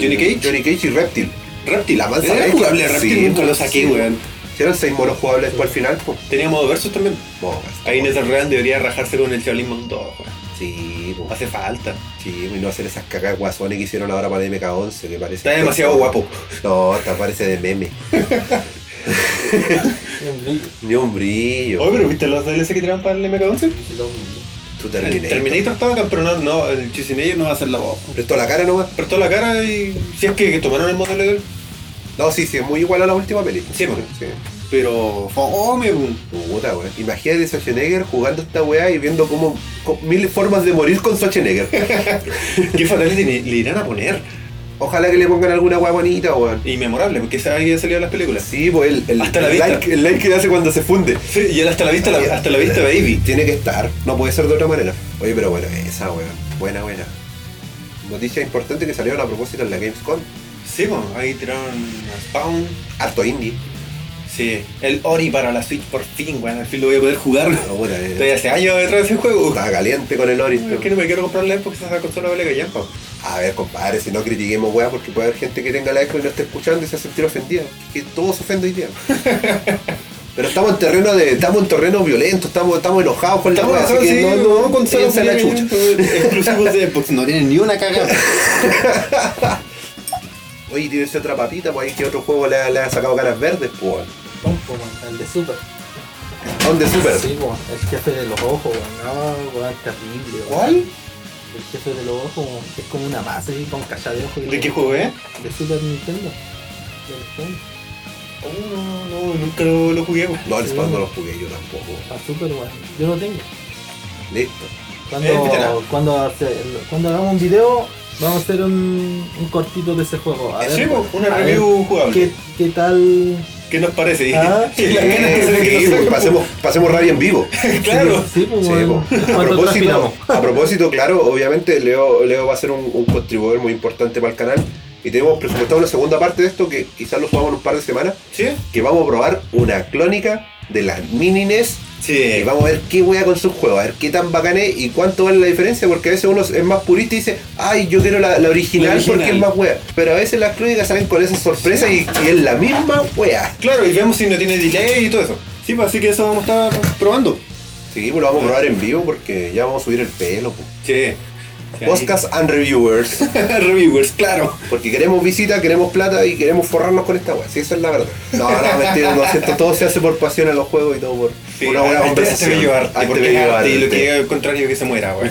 Speaker 1: Johnny Cage.
Speaker 2: Johnny Cage y Reptil.
Speaker 1: Reptil,
Speaker 2: La mansa
Speaker 1: Era
Speaker 2: bestia.
Speaker 1: jugable Reptil,
Speaker 2: Sí,
Speaker 1: nunca lo saqué,
Speaker 2: sí.
Speaker 1: weón.
Speaker 2: Si eran seis monos jugables después al final, pues.
Speaker 1: Teníamos versus también.
Speaker 2: no,
Speaker 1: Ahí en esa real debería rajarse con el Shaolin Monk 2, weón.
Speaker 2: Sí, pues.
Speaker 1: Hace falta.
Speaker 2: Sí, pues, y no hacer esas cagas guasones que hicieron ahora para MK11, que parece.
Speaker 1: Está demasiado guapo.
Speaker 2: No, te parece de meme.
Speaker 3: En brillo,
Speaker 2: Ni un brillo.
Speaker 1: Oye, pero ¿viste los DLC que tiraron para el MK11?
Speaker 3: y lo brillo.
Speaker 2: Tú
Speaker 1: El
Speaker 2: terminé.
Speaker 1: Terminator estaba acá, pero no, no, el Chisinator no va a hacer la voz.
Speaker 2: Prestó la cara nomás.
Speaker 1: Prestó la cara y si es que, que tomaron el modelo de él,
Speaker 2: No, sí, sí, es muy igual a la última peli.
Speaker 1: Sí, pues.
Speaker 2: sí.
Speaker 1: pero fome, weón.
Speaker 2: Puta, weón. Imagínate Schwarzenegger jugando esta weá y viendo cómo, co- mil formas de morir con Schwarzenegger.
Speaker 1: Qué fatality le, le irán a poner.
Speaker 2: Ojalá que le pongan alguna weá bonita, weón.
Speaker 1: Y memorable, porque esa había salido en las películas.
Speaker 2: Sí, pues el, el,
Speaker 1: Hasta la
Speaker 2: el
Speaker 1: vista.
Speaker 2: like, el like que le hace cuando se funde.
Speaker 1: Sí, y el hasta la vista, la- hasta la vista, baby.
Speaker 2: Tiene que estar, no puede ser de otra manera. Oye, pero bueno, esa weón. Buena, buena. Noticia importante que salieron a propósito en la Gamescom.
Speaker 1: Sí, bueno, ahí tiraron a Spawn.
Speaker 2: Harto indie.
Speaker 1: Sí, el Ori para la Switch por fin, weón. Al fin lo voy a poder jugarlo.
Speaker 2: Ahora, eh,
Speaker 1: Estoy hace años detrás de ese juego.
Speaker 2: estaba caliente con el Ori.
Speaker 1: Es que no me quiero comprar la Xbox, esa consola vale gallampa.
Speaker 2: A ver, compadre, si no critiquemos weá, porque puede haber gente que tenga la Xbox y no esté escuchando y se va a sentir ofendida. Que todo se ofende hoy día. Pero estamos en terreno de. estamos en terreno violento, estamos, estamos enojados con
Speaker 1: Estamos
Speaker 2: la weá, así
Speaker 1: avanzando,
Speaker 2: que
Speaker 1: sí,
Speaker 2: no, no, no consolas
Speaker 1: piensa
Speaker 2: en
Speaker 1: en
Speaker 2: la chucha.
Speaker 1: Exclusivos de Xbox, no tienen ni una cagada.
Speaker 2: Oye, tiene que ser otra papita, pues ahí que otro juego le, ha- le ha sacado caras verdes, pues. weón.
Speaker 3: Pum, pum, weón, el de Super.
Speaker 2: ¿Dónde super?
Speaker 3: Sí, weón, el jefe de los ojos, weón. No, weón, terrible, weón.
Speaker 2: ¿Cuál?
Speaker 3: El jefe de los ojos, weón, que es como una base así, con caja de ojos. y
Speaker 1: ¿De qué
Speaker 3: todo.
Speaker 1: juego es?
Speaker 3: De Super Nintendo. De Nintendo.
Speaker 1: Oh, no, no, nunca lo, lo jugué. weón.
Speaker 2: No, el Spawn no lo jugué yo tampoco.
Speaker 3: Para Super, weón. Yo lo tengo.
Speaker 2: Listo.
Speaker 1: Eh, pítala.
Speaker 3: Cuando, cuando, hace- cuando hagamos un video, vamos a hacer un, un cortito de ese juego. A ver,
Speaker 1: Sí,
Speaker 3: weón,
Speaker 1: pues, una
Speaker 3: a ver
Speaker 1: review jugable.
Speaker 3: ¿Qué,
Speaker 1: ¿Qué,
Speaker 3: ¿Qué tal?
Speaker 1: nos parece? Y-
Speaker 3: Ah,
Speaker 1: y las ganas que se le
Speaker 2: Sí,
Speaker 1: que
Speaker 2: pues,
Speaker 1: nos-
Speaker 2: pasemos, pasemos rabia en vivo.
Speaker 1: Claro.
Speaker 3: Sí, sí, pues,
Speaker 2: Sí, po.
Speaker 3: weón.
Speaker 2: a,
Speaker 3: ¿Cuánto transpiramos?
Speaker 2: propósito, a propósito, claro, obviamente Leo, Leo va a ser un, un contribuidor muy importante para el canal. Y tenemos presupuestado una segunda parte de esto que quizás lo subamos en un par de semanas.
Speaker 1: ¿Sí?
Speaker 2: Que vamos a probar una clónica de las mini NES. Y
Speaker 1: Sí.
Speaker 2: vamos a ver qué wea con sus juegos, a ver qué tan bacán es y cuánto vale la diferencia. Porque a veces uno es más purista y dice, ay, yo quiero la, la original,
Speaker 1: La original.
Speaker 2: porque es más wea. Pero a veces las clónicas salen con esas sorpresas y, y es la misma wea.
Speaker 1: Claro, y vemos si no tiene delay y todo eso. Sí, pues así que eso vamos a estar probando.
Speaker 2: Sí, pues lo vamos a probar en vivo porque ya vamos a subir el pelo. po.
Speaker 1: Sí. Sí, ahí.
Speaker 2: Podcast and reviewers.
Speaker 1: Reviewers, claro.
Speaker 2: Porque queremos visita, queremos plata y queremos forrarnos con esta weá. Si esa es la verdad. No, no, mentira, no es cierto. Todo se hace por pasión a los juegos y todo por
Speaker 1: Sí,
Speaker 2: una buena
Speaker 1: arte-
Speaker 2: conversación.
Speaker 1: arte bello arte,
Speaker 2: Arte
Speaker 1: porque
Speaker 2: bello
Speaker 1: es arte y
Speaker 2: arte.
Speaker 1: lo que diga el contrario que se muera, güey.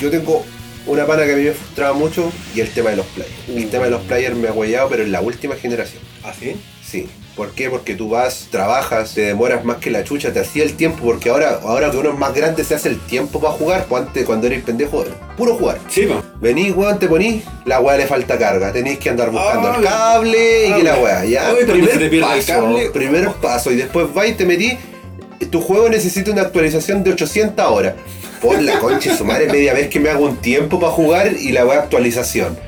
Speaker 2: Yo tengo una pana que a mí me frustraba mucho y el tema de los players. El
Speaker 1: Uh.
Speaker 2: tema de los players me ha huellado, pero en la última generación.
Speaker 1: ¿Ah, sí?
Speaker 2: Sí. ¿Por qué? Porque tú vas, trabajas, te demoras más que la chucha, te hacía el tiempo, porque ahora, ahora que uno es más grande se hace el tiempo para jugar. Pues Antes, cuando eres pendejo, puro jugar.
Speaker 1: Sí, pues.
Speaker 2: Venís, weón, te ponís, la weá le falta carga. Tenéis que andar buscando
Speaker 1: Ay.
Speaker 2: el cable y que la weá. Ya,
Speaker 1: Ay, Ah, pero
Speaker 2: primer
Speaker 1: se te pierde el
Speaker 2: paso,
Speaker 1: cable.
Speaker 2: primer paso. Y después vais y te metís. Tu juego necesita una actualización de 800 horas. Por la concha de su madre, media vez que me hago un tiempo para jugar y la weá actualización.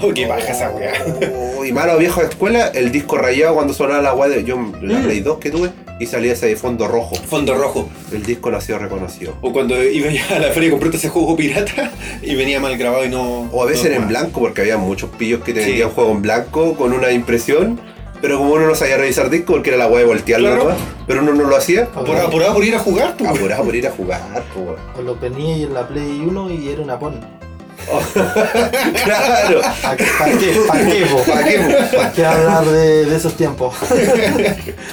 Speaker 1: Oh, qué baja esa weá.
Speaker 2: Oh, y malo viejo de escuela, el disco rayado cuando sonaba la weá de. Yo
Speaker 1: Mm.
Speaker 2: la Play 2 que tuve y salía ese de fondo rojo.
Speaker 1: Fondo rojo.
Speaker 2: El disco no ha sido reconocido.
Speaker 1: O cuando iba ya a la feria y compraste ese juego pirata y venía mal grabado y no.
Speaker 2: O a veces
Speaker 1: no-
Speaker 2: era en blanco, porque había muchos pillos que te
Speaker 1: Sí.
Speaker 2: vendían juego en blanco con una impresión. Pero como uno no sabía revisar disco, porque era la weá de voltearlo
Speaker 1: Claro.
Speaker 2: nomás, Pero uno no lo hacía.
Speaker 1: Apurado, apurado por ir a jugar, pues. güey.
Speaker 2: Apurado por ir a jugar, po, weón.
Speaker 3: O lo venía y en la Play 1 y era una porno.
Speaker 2: Claro.
Speaker 3: ¿Para qué? ¿Para qué? ¿Para qué, po?
Speaker 2: ¿Para qué, po?
Speaker 3: ¿Para qué hablar de, de esos tiempos?
Speaker 2: Así que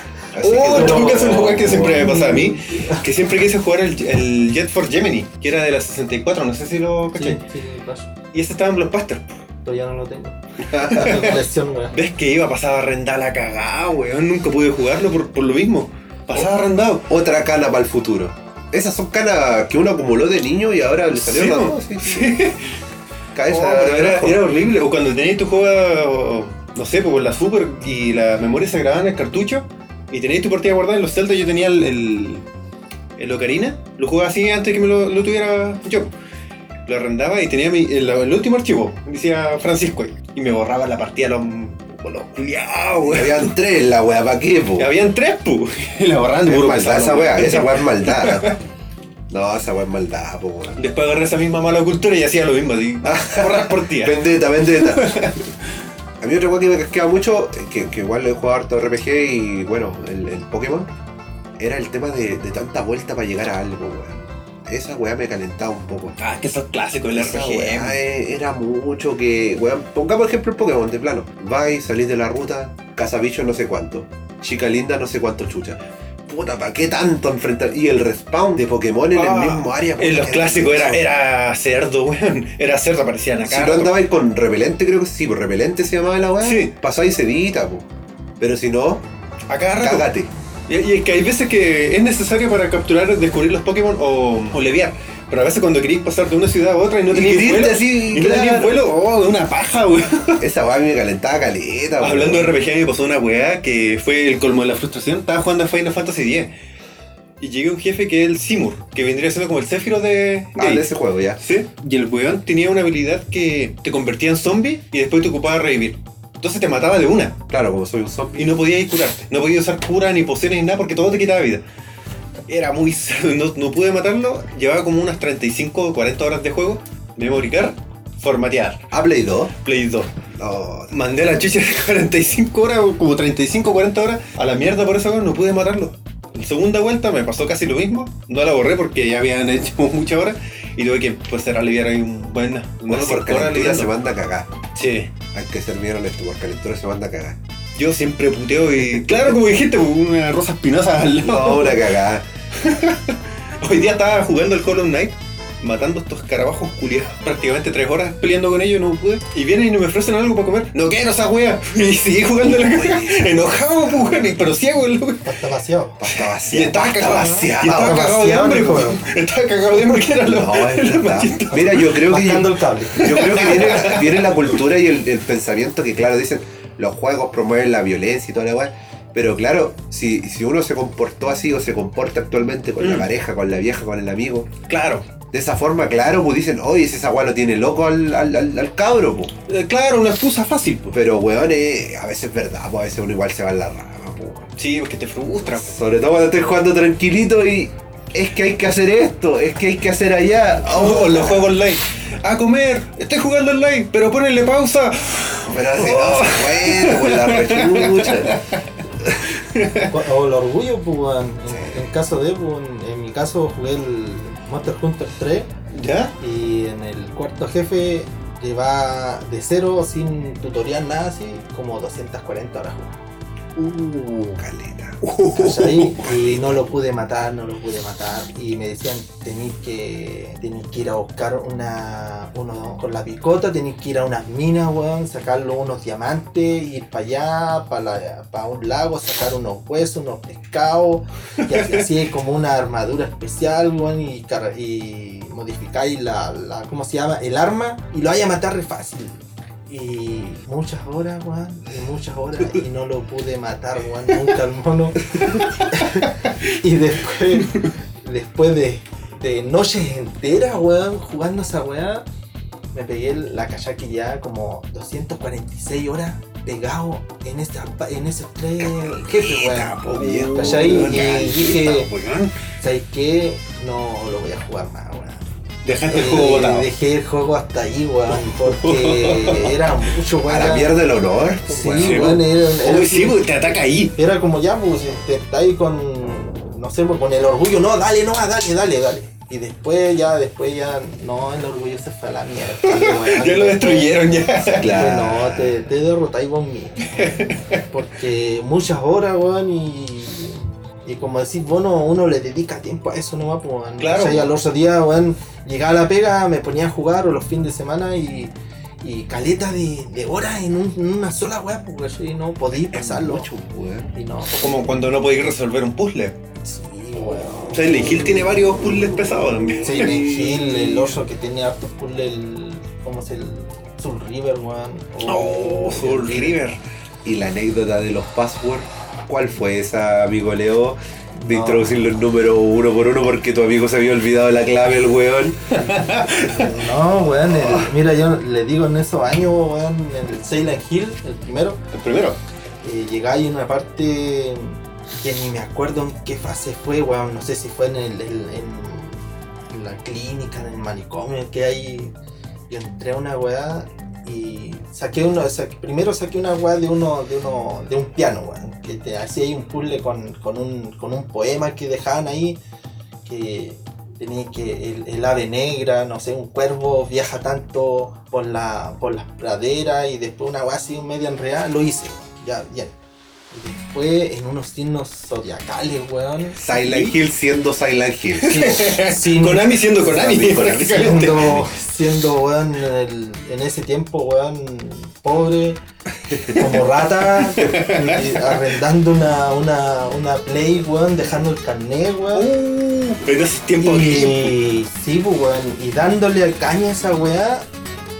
Speaker 1: Oh,
Speaker 2: no,
Speaker 1: en todo caso, una weá que
Speaker 2: no,
Speaker 1: siempre me pasa a mí, que siempre quise jugar el, el Jet for Gemini, que era de la 64, no sé si lo
Speaker 3: Sí,
Speaker 1: caché.
Speaker 3: sí, paso.
Speaker 1: Y ese estaba en Blockbuster.
Speaker 3: Pero ya no lo tengo. Colección, weón.
Speaker 1: ¿Ves que iba? Pasaba arrendada la cagada, weón. Nunca pude jugarlo por, por lo mismo. Pasaba arrendado.
Speaker 2: Otra cana para el futuro. Esas son canas que uno acumuló de niño y ahora le salieron
Speaker 1: Sí,
Speaker 2: las
Speaker 1: po.
Speaker 2: dos, sí, sí. Cabeza
Speaker 1: Oh, pero
Speaker 2: de
Speaker 1: era,
Speaker 2: ajo.
Speaker 1: era horrible. O cuando tenías tu juego, no sé, pues con la Super y la memoria se grababa en el cartucho y tenías tu partida guardada en los Zelda, yo tenía el, el, el Ocarina, lo jugaba así antes que me lo, lo tuviera yo. Lo arrendaba y tenía mi- el, el último archivo, decía Francisco, ahí, y me borraba la partida los, los culiados,
Speaker 2: Y
Speaker 1: weón.
Speaker 2: Habían tres la weá, ¿para qué, po?
Speaker 1: Y Habían tres, pues. pu. Y la borraban de
Speaker 2: Es
Speaker 1: puro
Speaker 2: maldad
Speaker 1: pesado,
Speaker 2: esa weá,
Speaker 1: weón.
Speaker 2: esa weá es maldad. No, esa weá es maldad, po, weón.
Speaker 1: Después agarré esa misma mala cultura y hacía lo mismo, así. Borrar partida.
Speaker 2: Vendetta, vendetta. A mí otra cosa que me casqueaba mucho, eh, que, que igual lo he jugado harto RPG y bueno, el, el Pokémon, era el tema de, de tanta vuelta para llegar a algo, weón. Esa weá me calentaba un poco.
Speaker 1: Ah, que esos clásicos del
Speaker 2: Esa
Speaker 1: RGM.
Speaker 2: weá eh, era mucho que, weón, pongamos por ejemplo el Pokémon de plano. Vais, salís de la ruta, cazabicho no sé cuánto, chica linda no sé cuánto chucha. Puta, ¿para qué tanto enfrentar? Y el respawn de Pokémon en
Speaker 1: Ah,
Speaker 2: el mismo área.
Speaker 1: En los
Speaker 2: puta,
Speaker 1: clásicos era,
Speaker 2: eso.
Speaker 1: era cerdo, weón. Era cerdo, aparecían acá.
Speaker 2: Si no andabais con repelente, creo que sí, pues repelente se llamaba la weá.
Speaker 1: Sí.
Speaker 2: Pasáis sedita, po. pues. Pero si no,
Speaker 1: a cada Ah, rato.
Speaker 2: cágate.
Speaker 1: Y, y es que hay veces que es necesario para capturar, descubrir los Pokémon o, o leviar. Pero a veces cuando queréis pasar de una ciudad a otra y no
Speaker 2: Y
Speaker 1: tenéis
Speaker 2: queriste
Speaker 1: vuelo.
Speaker 2: así,
Speaker 1: y no tenéis
Speaker 2: claro.
Speaker 1: vuelo, oh, de una paja, weón.
Speaker 2: Esa weá a mí me calentaba caleta, pues. po.
Speaker 1: Hablando de RPG me pasó una weá que fue el colmo de la frustración. Estaba jugando a Final Fantasy X. Y llegué a un jefe que es el Seymour, que vendría siendo como el Céfiro de...
Speaker 2: Ah,
Speaker 1: de-
Speaker 2: de ese juego ya.
Speaker 1: Sí, y el weón tenía una habilidad que te convertía en zombie y después te ocupaba revivir. Entonces te mataba de una.
Speaker 2: Claro, como soy un zombie.
Speaker 1: Y no podías curarte. No podías usar cura, ni pociones, ni nada, porque todo te quitaba vida. Era muy... cerdo, No, no pude matarlo. Llevaba como unas 35 o 40 horas de juego. Memory card. Formatear.
Speaker 2: ¿Ha Ah, Play 2?
Speaker 1: Play 2.
Speaker 2: No,
Speaker 1: Mandé a la chucha 45 horas, o como 35 40 horas, a la mierda por esa cosa, no pude matarlo. En segunda vuelta me pasó casi lo mismo, no la borré porque ya habían hecho muchas horas y tuve que pues era aliviar ahí un buen
Speaker 2: bueno,
Speaker 1: unas
Speaker 2: por
Speaker 1: cinco horas
Speaker 2: calentura se
Speaker 1: aliviando.
Speaker 2: manda a cagar.
Speaker 1: Sí.
Speaker 2: Hay que ser bien honesto, por calentura se manda a cagar.
Speaker 1: Yo siempre puteo y. Claro, como dijiste, una rosa espinosa al
Speaker 2: No,
Speaker 1: lado.
Speaker 2: una cagada.
Speaker 1: Hoy día estaba jugando el Hollow Knight, matando estos carabajos culiados. Prácticamente tres horas peleando con ellos, no pude. Y vienen y me ofrecen algo para comer. No quiero esa wea. Y seguí jugando la wea. Enojado, pues, weón, pero ciego el wea.
Speaker 3: Está vaciado.
Speaker 2: Pasta
Speaker 1: Y
Speaker 2: vacía.
Speaker 1: estaba
Speaker 2: pasta
Speaker 1: cagado, y
Speaker 2: vacía.
Speaker 1: estaba
Speaker 3: Estaba
Speaker 1: cagado de
Speaker 3: vaciado,
Speaker 1: hambre,
Speaker 3: hijo.
Speaker 1: weón. Estaba cagado de hambre que era lo,
Speaker 2: No, es
Speaker 1: era lo
Speaker 2: verdad.
Speaker 1: más chistoso.
Speaker 2: Mira, yo creo que.
Speaker 3: Bajando el cable.
Speaker 2: Yo creo que viene, viene la cultura y el, el pensamiento que, claro, dicen los juegos promueven la violencia y toda la weá. Pero claro, si, si uno se comportó así o se comporta actualmente con la
Speaker 1: Mm.
Speaker 2: pareja, con la vieja, con el amigo,
Speaker 1: Claro.
Speaker 2: de esa forma, claro, pues dicen, oye, si esa weá lo tiene loco al, al, al- al cabro, pues.
Speaker 1: Eh, Claro, una excusa fácil, pues.
Speaker 2: Pero weón, eh, a veces es verdad, pues a veces uno igual se va en la rama, pues.
Speaker 1: Sí, porque te frustra. pues.
Speaker 2: Sobre todo cuando estoy jugando tranquilito y es que hay que hacer esto, es que hay que hacer allá.
Speaker 1: Oh,
Speaker 2: Oh,
Speaker 1: los juegos online. A comer, estoy jugando online, pero ponenle pausa.
Speaker 2: Pero así, no, bueno, pues la rechucha.
Speaker 3: O el orgullo, pues, weón. En, en caso de, pues, en, en mi caso jugué el Monster Hunter 3
Speaker 1: ¿Ya?
Speaker 3: y en el cuarto jefe que va de cero sin tutorial, nada así, como 240 horas jugadas.
Speaker 2: Uh, caleta.
Speaker 3: ¿cachai? Y no lo pude matar, no lo pude matar. Y me decían, tenéis que, tenéis que ir a buscar una, uno, con la picota, tenéis que ir a unas minas, weón, sacarlo unos diamantes, ir para allá, para un lago, sacar unos huesos, unos pescados. Y así, así es como una armadura especial, weón, y, car- y modificáis la, la, ¿cómo se llama? El arma y lo vais a matar re fácil. Y muchas horas, weón, y muchas horas, y no lo pude matar, weón, nunca al mono. y después, después de, de noches enteras, weón, jugando a esa weá, me pegué el- la que ya como 246 horas pegado en, esta, en esos tres jefes,
Speaker 2: Caleta,
Speaker 3: weón.
Speaker 1: Oh,
Speaker 2: po, viejo,
Speaker 3: ¿Cachai?
Speaker 2: weón,
Speaker 3: Y
Speaker 2: caleta,
Speaker 3: dije-
Speaker 1: pues,
Speaker 2: weón.
Speaker 3: ¿Sabes qué? No lo voy a jugar más, weón.
Speaker 1: Dejaste el juego
Speaker 3: Eh,
Speaker 1: botado.
Speaker 3: Dejé el juego hasta ahí, weón, porque era mucho, weón.
Speaker 2: A la mierda el honor.
Speaker 3: Sí,
Speaker 2: weón.
Speaker 1: Sí,
Speaker 3: weón, era, era-
Speaker 1: Uy, sí, pues, te ataca ahí.
Speaker 3: era como ya, pues, te- está ahí con, no sé, pues, con el orgullo, no, dale, no, dale, dale, dale. Y después ya, después ya, no, el orgullo se fue a la mierda. weón.
Speaker 1: Ya lo destruyeron, ya.
Speaker 3: Dije,
Speaker 2: Claro.
Speaker 3: No, te, te derrotáis vos mismo. Porque muchas horas, weón, y, y como decís, bueno, uno le dedica tiempo a eso nomás, pues, weón.
Speaker 1: Claro.
Speaker 3: O sea, y al otro día, weón, llegaba a la pega, me ponía a jugar o los fines de semana y, y caleta de, de horas en, un- en una sola weá, pues, weón, y no podía pasarlo.
Speaker 2: Mucho, weón.
Speaker 3: Y no, pues,
Speaker 1: Como cuando no podéis resolver un puzzle.
Speaker 3: sí, weón.
Speaker 1: Silent Hill tiene varios puzzles pesados también.
Speaker 3: Silent Hill, el oso que tenía hartos puzzles, el, ¿cómo se el Soul River, weón.
Speaker 1: Oh, Soul River.
Speaker 2: Y la anécdota de los passwords. ¿Cuál fue esa, amigo Leo? De
Speaker 3: No.
Speaker 2: introducir los números uno por uno porque tu amigo se había olvidado la clave, el weón.
Speaker 3: No, weón, el- mira, yo le digo en esos años, weón, en el Silent Hill, el primero,
Speaker 1: El primero.
Speaker 3: eh, llegáis en una parte que ni me acuerdo en qué fase fue, weón, no sé si fue en, el, el- en- en la clínica, en el manicomio que hay. Yo entré a una weá y saqué uno, sa- primero saqué una weá de uno, de uno, de un piano, weón, que te hacía ahí un puzzle con, con un, con un poema que dejaban ahí, que tenía que el, el ave negra, no sé, un cuervo viaja tanto por la por las praderas y después una weá así media enredada, lo hice, ya, bien. Y después en unos signos zodiacales, weón.
Speaker 2: Silent Hill siendo Silent Hill.
Speaker 3: sin- sin-
Speaker 1: Konami siendo Konami,
Speaker 2: Konami, Konami
Speaker 1: prácticamente.
Speaker 3: siendo, siendo weón, el- en ese tiempo, weón, pobre, como rata, y arrendando una, una, una play, weón, dejando el carnet, weón.
Speaker 1: Uh, en esos tiempos.
Speaker 3: Y sí, pues, weón, y dándole al caña a esa weá.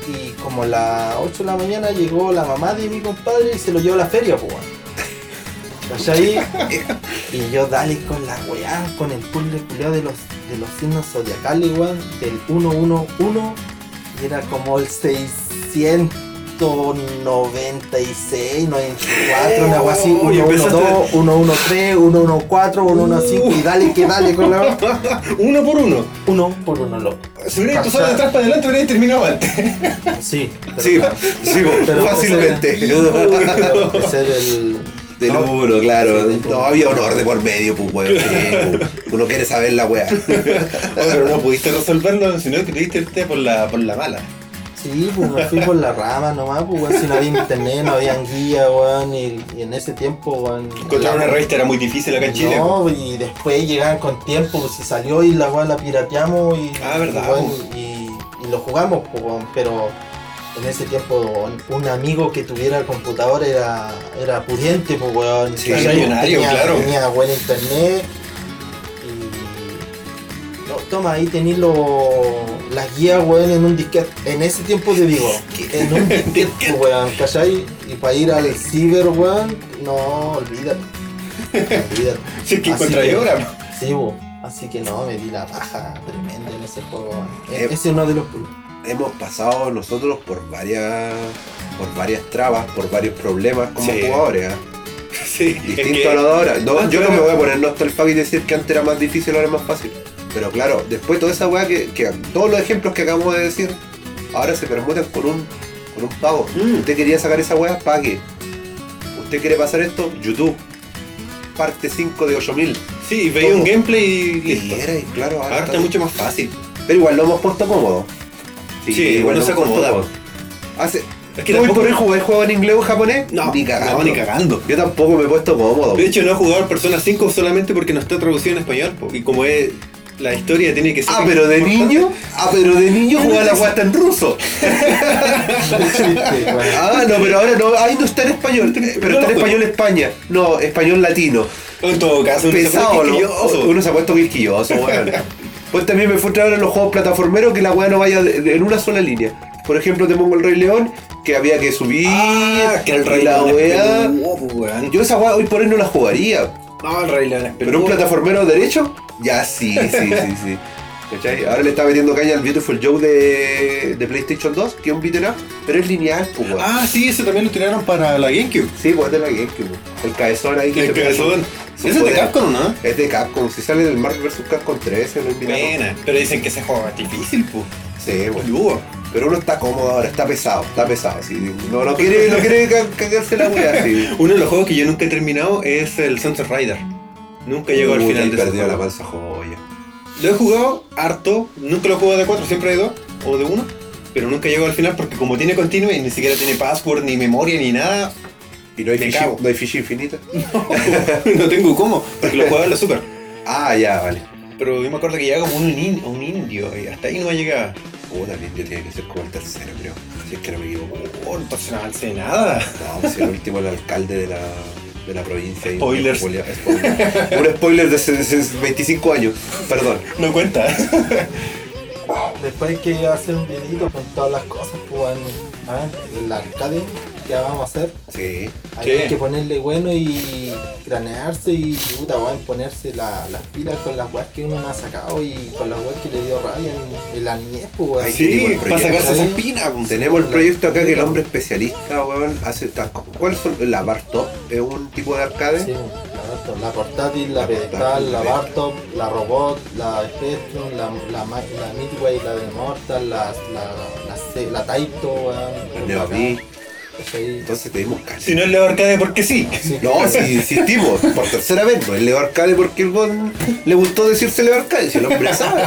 Speaker 3: Y como a las 8 de la mañana llegó la mamá de mi compadre y se lo llevó a la feria, pues, weón. ¿Cachai? Y yo dale con la weá, con el puzzle culiao de los, de los signos zodiacales, weón, del 111, y era como el 600 196, 94, una agua así,
Speaker 1: Oh, y
Speaker 3: 112, 113, 114, 115 y dale que dale con la
Speaker 1: uno por uno.
Speaker 3: uno por uno loco.
Speaker 1: Si hubiera
Speaker 3: Pasar.
Speaker 1: pasado de atrás para adelante, hubiera terminado antes.
Speaker 3: Sí,
Speaker 2: Sí, sí,
Speaker 3: pero-
Speaker 2: fácilmente.
Speaker 3: pero ese era el
Speaker 2: De
Speaker 3: No.
Speaker 2: número, claro.
Speaker 3: Sí,
Speaker 2: No, había honor de por medio, pues, weón. Sí, pues. Uno quiere saber la weá.
Speaker 1: Pero no pudiste resolverlo, sino que tuviste irte por la, por la mala.
Speaker 3: Sí, pues me fui por la rama nomás, pues weón, si no había internet, no había guía, weón, y, y en ese tiempo, weón.
Speaker 1: Encontrar una revista era muy difícil acá en Chile.
Speaker 3: No, y después llegaban con tiempo, pues si salió y la weón la pirateamos y,
Speaker 1: Ah, verdad,
Speaker 3: y, weón, y- y lo jugamos, pues weón, pero en ese tiempo weón, un amigo que tuviera el computador era, era pudiente, pues weón.
Speaker 2: Sí,
Speaker 3: ¿cachai?
Speaker 1: millonario,
Speaker 3: tenía,
Speaker 1: claro.
Speaker 3: Tenía buen internet y no, toma, ahí tenéis lo- las guías, weón, en un disquete. En ese tiempo te digo, en un disquete, weón, ¿cachai? Y para ir al ciber, weón, no, olvídate. Olvídate.
Speaker 1: Si es que
Speaker 3: Así
Speaker 1: encontré
Speaker 3: que-
Speaker 1: ahora.
Speaker 3: Sí, weón. Así que no, me di la baja tremenda en ese juego, weón. E-
Speaker 2: Eh,
Speaker 3: Ese es uno de los...
Speaker 2: Hemos pasado nosotros por varias por varias trabas, por varios problemas como
Speaker 1: Sí.
Speaker 2: jugadores. ¿ah?
Speaker 1: Sí, es
Speaker 2: Distinto
Speaker 1: que-
Speaker 2: a lo de ahora. No,
Speaker 1: Ah,
Speaker 2: yo no
Speaker 1: claro.
Speaker 2: me voy a poner nostálgico y decir que antes era más difícil, ahora es más fácil. Pero claro, después toda esa weá que, que todos los ejemplos que acabamos de decir, ahora se permutan con un, con un pago.
Speaker 1: Mm.
Speaker 2: Usted quería sacar esa weá, pague. Usted quiere pasar esto, YouTube. Parte 5 de 8000.
Speaker 1: Sí, veía
Speaker 2: Todo.
Speaker 1: un gameplay y
Speaker 2: Y
Speaker 1: listo.
Speaker 2: era, y claro, ahora,
Speaker 1: Ahora
Speaker 2: está-
Speaker 1: está mucho más fácil.
Speaker 2: Pero igual lo hemos puesto cómodo.
Speaker 1: Sí, igual no
Speaker 2: lo
Speaker 1: se
Speaker 2: hemos puesto
Speaker 1: acomoda.
Speaker 2: cómodo. Hace,
Speaker 1: Es
Speaker 2: que tampoco he jugado, he jugado en inglés o japonés.
Speaker 1: No,
Speaker 2: ni cagando.
Speaker 1: no, ni cagando.
Speaker 2: Yo tampoco me he puesto cómodo.
Speaker 1: De hecho, no he jugado al Persona 5 solamente porque no está traducido en español. po, Y como es. La historia tiene que ser.
Speaker 2: Ah, pero de
Speaker 1: importante.
Speaker 2: niño, ah, pero de niño jugaba la guasta en ruso.
Speaker 3: chistes, weón.
Speaker 2: Ah, no, pero ahora no, ahí no está en español, pero
Speaker 1: pues,
Speaker 2: está en español España, no, español latino.
Speaker 1: En todo caso, uno se
Speaker 2: Pesado,
Speaker 1: pone
Speaker 2: ¿no?
Speaker 1: quisquilloso.
Speaker 2: uno se ha puesto quisquilloso, weón. Pues también me frustra ahora en los juegos plataformeros que la weá no vaya de- de- en una sola línea. Por ejemplo, te pongo el Rey León, que había que subir,
Speaker 1: Ah, que el Rey
Speaker 2: la
Speaker 1: León es
Speaker 2: weá.
Speaker 1: peludo, po, weón.
Speaker 2: Yo esa weá hoy por hoy no la jugaría,
Speaker 1: No, el Rey León es
Speaker 2: pero un
Speaker 1: peludo.
Speaker 2: plataformero derecho, ya sí, sí, sí, sí. ¿Cachai? Ahora le está metiendo caña al Beautiful Joe de, de PlayStation 2, que es un beat'em up, pero es lineal, pues weón.
Speaker 1: Ah, sí, ese también lo tiraron para la GameCube.
Speaker 2: Sí, pues es de la GameCube. El cabezón ahí que
Speaker 1: El
Speaker 2: se
Speaker 1: cabezón. Ese
Speaker 2: Su
Speaker 1: es de
Speaker 2: poder.
Speaker 1: Capcom, ¿no?
Speaker 2: Es de Capcom, si sale del Marvel vs Capcom 3, se lo invitaron.
Speaker 1: Buena, pero dicen que ese juego es difícil, pues.
Speaker 2: Sí, bueno.
Speaker 1: Peludo.
Speaker 2: Pero uno está cómodo ahora, está pesado, está pesado. Sí. No, no quiere, no quiere ca- cagarse la weá, sí.
Speaker 1: Uno de los juegos que yo nunca he terminado es el Sunset Rider. Nunca llegó al
Speaker 2: Uy,
Speaker 1: final
Speaker 2: ahí
Speaker 1: de ese
Speaker 2: perdió la
Speaker 1: juego.
Speaker 2: panza joya.
Speaker 1: Lo he jugado harto, nunca lo he jugado de cuatro, siempre de dos o de uno, pero nunca llego al final porque como tiene continuo y ni siquiera tiene password, ni memoria, ni nada,
Speaker 2: ¿Y no hay,
Speaker 1: Me
Speaker 2: ficha,
Speaker 1: cago.
Speaker 2: no hay ficha infinita?
Speaker 1: no tengo cómo, porque lo jugaba en la super.
Speaker 2: Ah, ya, vale.
Speaker 1: Pero yo me acuerdo que llegaba como un, in- un indio y hasta ahí no llegaba.
Speaker 2: Una también yo tenía que ser como el tercero, creo. Si es que no me equivoco.
Speaker 1: Oh, entonces no avancé nada.
Speaker 2: No, pues el último el alcalde de la, de la provincia. y-
Speaker 1: Spoilers.
Speaker 2: Spoiler. Un spoiler de hace- hace 25 años. Perdón.
Speaker 1: No cuenta.
Speaker 3: Después hay que hacer un videito con todas las cosas, pues weón. A ver, el arcade, ya vamos a hacer.
Speaker 2: Sí.
Speaker 3: Ahí
Speaker 1: Sí.
Speaker 3: Hay que ponerle bueno y cranearse y puta, weón, ponerse la- las pilas con las weas que uno no ha sacado y con las weas que le dio rabia en, en la niñez, pues weón.
Speaker 2: Ahí tiene
Speaker 1: Sí,
Speaker 2: buen
Speaker 1: para
Speaker 2: proyecto.
Speaker 1: sacarse esa
Speaker 3: Sí.
Speaker 1: espina. pues. po.
Speaker 2: Tenemos el proyecto acá que el hombre especialista, weón, hace estas cosas. ¿Cuáles son? La bar top es un tipo de arcade.
Speaker 3: Sí, la, laptop, la portátil, la,
Speaker 2: La portátil,
Speaker 3: pedestal, la
Speaker 2: la
Speaker 3: bartop, la robot, la Spectrum, la, la, ma- la Midway, la de Mortal, la, la, la, C- la Taito,
Speaker 2: el
Speaker 3: weón.
Speaker 2: Neo Mix.
Speaker 3: Sí.
Speaker 2: Entonces tenemos casi.
Speaker 1: Si no es la arcade, porque sí.
Speaker 3: Sí.
Speaker 2: No, si insistimos, por tercera vez, no es Leo Arcade porque el weón le gustó decirse Leo Arcade, si el hombre sabe.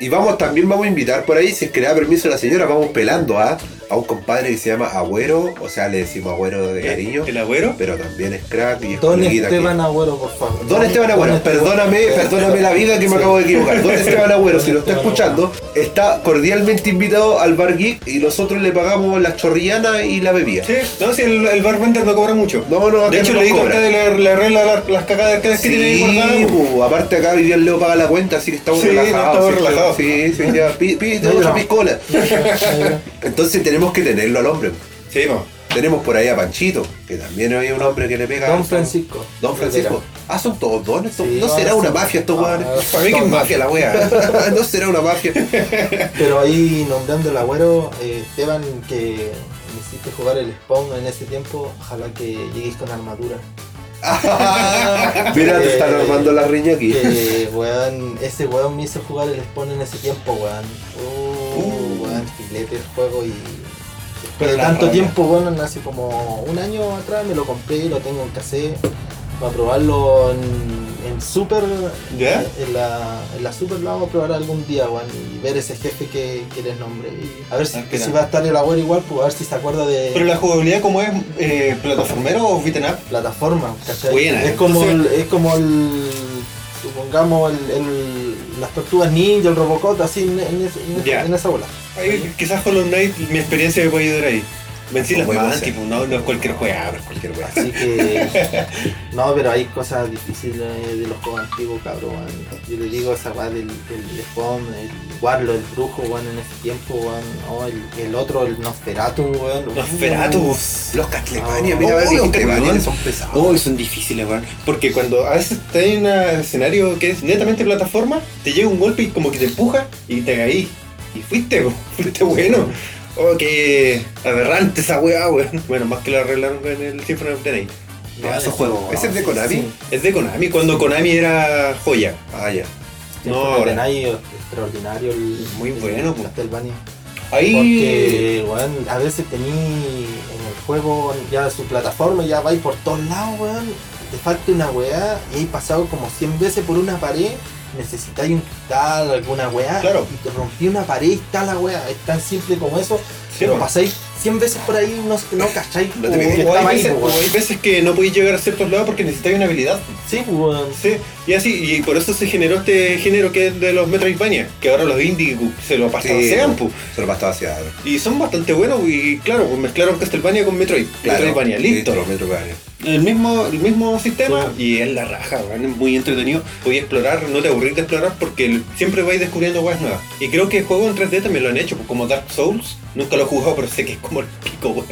Speaker 2: Y vamos, también vamos a invitar por ahí, si es que le da permiso la señora, vamos pelando a, a un compadre que se llama Agüero, o sea, le decimos Agüero de cariño,
Speaker 1: El agüero.
Speaker 2: pero también es crack y es
Speaker 3: Don
Speaker 2: coleguita aquí.
Speaker 3: Esteban Agüero, por favor.
Speaker 2: Don Esteban Agüero, perdóname, perdóname la vida que me
Speaker 3: Sí.
Speaker 2: acabo de equivocar. Don Esteban Agüero, si lo está
Speaker 3: Esteban
Speaker 2: escuchando, está cordialmente invitado al Bar Geek y nosotros le pagamos la chorrillana y la bebida.
Speaker 1: Sí, no, si el, el bartender no cobra mucho.
Speaker 2: No, no, acá
Speaker 1: De hecho,
Speaker 2: no
Speaker 1: le
Speaker 2: nos
Speaker 1: digo
Speaker 2: cobra.
Speaker 1: acá de la, la regla las, las cagadas de arcades
Speaker 2: Sí,
Speaker 1: que tiene ahí guardadas. po.
Speaker 2: po, aparte acá hoy día el Leo paga la cuenta, así que estamos
Speaker 1: Sí, no,
Speaker 2: relajados.
Speaker 1: estamos relajados.
Speaker 2: Sí, sí, ya, pi- pi- tenemos
Speaker 3: No, no.
Speaker 2: otra piscola. Entonces tenemos que tenerlo al hombre.
Speaker 1: pues. Sí, po.
Speaker 2: Tenemos por ahí a Panchito, que también hay un hombre que le pega.
Speaker 4: Don
Speaker 2: harto.
Speaker 4: Francisco.
Speaker 2: Don Francisco. Ah, son todos dones. estos-
Speaker 4: Sí,
Speaker 2: no será
Speaker 4: ahora
Speaker 2: una
Speaker 4: sí.
Speaker 2: mafia estos
Speaker 4: Ah,
Speaker 2: weones.
Speaker 1: para mí que es mafia.
Speaker 2: la wea. no será una mafia.
Speaker 3: Pero ahí nombrando el agüero, eh, Esteban, que me hiciste jugar el spawn en ese tiempo, ojalá que llegues con armadura.
Speaker 2: Mira, te
Speaker 3: Eh,
Speaker 2: están armando la riña aquí.
Speaker 3: Que, weón, ese weón me hizo jugar el spawn en ese tiempo, weón. Oh,
Speaker 2: Uh.
Speaker 3: weón, filete el juego y...
Speaker 1: Pero
Speaker 3: Pero
Speaker 1: la
Speaker 3: tanto
Speaker 1: rabia.
Speaker 3: tiempo, weón, hace como un año atrás me lo compré, lo tengo en cassette, para probarlo en, en Super...
Speaker 1: ¿Ya?
Speaker 3: En la, en la Super lo vamos a probar algún día, weón, y ver ese jefe que, que les nombré. y a ver si,
Speaker 1: Ah,
Speaker 3: que si
Speaker 1: mira.
Speaker 3: va a estar el agüero igual, pues a ver si se acuerda de...
Speaker 1: Pero la jugabilidad como es eh, plataformero o beaten up,
Speaker 3: plataforma, ¿cachai?
Speaker 1: Buena, ¿eh?
Speaker 3: es como
Speaker 1: entonces-
Speaker 3: el, es como el supongamos el, el- las tortugas ninja, el Robocop, así en, en ese- en ese-
Speaker 1: Ya.
Speaker 3: en esa bola.
Speaker 1: ahí, quizás Hollow Knight mi experiencia me puede ayudar ahí. Vencí las
Speaker 2: Como puede
Speaker 1: más,
Speaker 2: ser.
Speaker 1: tipo, no, no es cualquier juego, es cualquier juego.
Speaker 3: Así que no, pero hay cosas difíciles eh, de los juegos antiguos, cabrón. weón. Yo le digo esa weá del, del spawn, el guarlo, el brujo, weón, en ese tiempo, weón, o el, el otro, el Nosferatu, weón.
Speaker 1: Los Feratus.
Speaker 2: Los Castlevania,
Speaker 3: Oh,
Speaker 2: mira, a ver,
Speaker 1: oh,
Speaker 2: los
Speaker 1: los
Speaker 2: Castlevania
Speaker 1: Castlevania.
Speaker 2: son pesados.
Speaker 1: Uy, son difíciles, weón. Porque cuando a veces estás en un escenario que es netamente plataforma, te llega un golpe y como que te empuja y te caí. Y fuiste, weón. Fuiste bueno. Oh, qué aberrante esa weá, weón. Bueno, más que lo arreglaron en el Symphony of the Night.
Speaker 3: No,
Speaker 2: Ah,
Speaker 3: ese-
Speaker 2: esos juegos,
Speaker 3: ese
Speaker 2: es de Konami?
Speaker 3: sí.
Speaker 1: Es de Konami, cuando Konami era joya.
Speaker 2: Ah, ya.
Speaker 1: No,
Speaker 3: Tiempo de
Speaker 1: ahora.
Speaker 3: Denai, extraordinario el,
Speaker 1: Muy
Speaker 3: el
Speaker 1: bueno, po.
Speaker 3: Castlevania.
Speaker 1: Ahí.
Speaker 3: Porque, weón, a veces tení en el juego ya su plataforma, ya vais por todos lados, weón. Te falta una weá y hay pasado como 100 veces por una pared. Necesitáis un cristal, alguna weá.
Speaker 1: Claro.
Speaker 3: Y te rompí una pared y está la weá. Es tan simple como eso.
Speaker 1: Sí,
Speaker 3: pero
Speaker 1: weón.
Speaker 3: pasáis 100 veces por ahí y no, no cacháis.
Speaker 2: No
Speaker 3: po,
Speaker 2: te
Speaker 3: que
Speaker 2: metí.
Speaker 1: O hay,
Speaker 3: estaba ahí,
Speaker 1: veces,
Speaker 3: po,
Speaker 1: o hay
Speaker 3: weón.
Speaker 1: veces que no podéis llegar a ciertos lados porque necesitáis una habilidad.
Speaker 3: Sí, po, weón.
Speaker 1: Sí, y así, y por eso se generó este género que es de los Metroidvania, que ahora los indie gu- se lo pasan
Speaker 2: Sí.
Speaker 1: a Ampu.
Speaker 2: Se lo pasaba hacia.
Speaker 1: Y son bastante buenos, y claro, pues mezclaron Castlevania con Metroid. Metroidvania, listo.
Speaker 2: Los Metroidvania.
Speaker 1: El mismo, el mismo sistema, y es la raja, weón, es muy entretenido. Voy a explorar, no te aburrís de explorar porque el- siempre vais descubriendo weas nuevas. Y creo que juegos en 3D también lo han hecho, pues, como Dark Souls, nunca lo he jugado, pero sé que es como el pico, weón.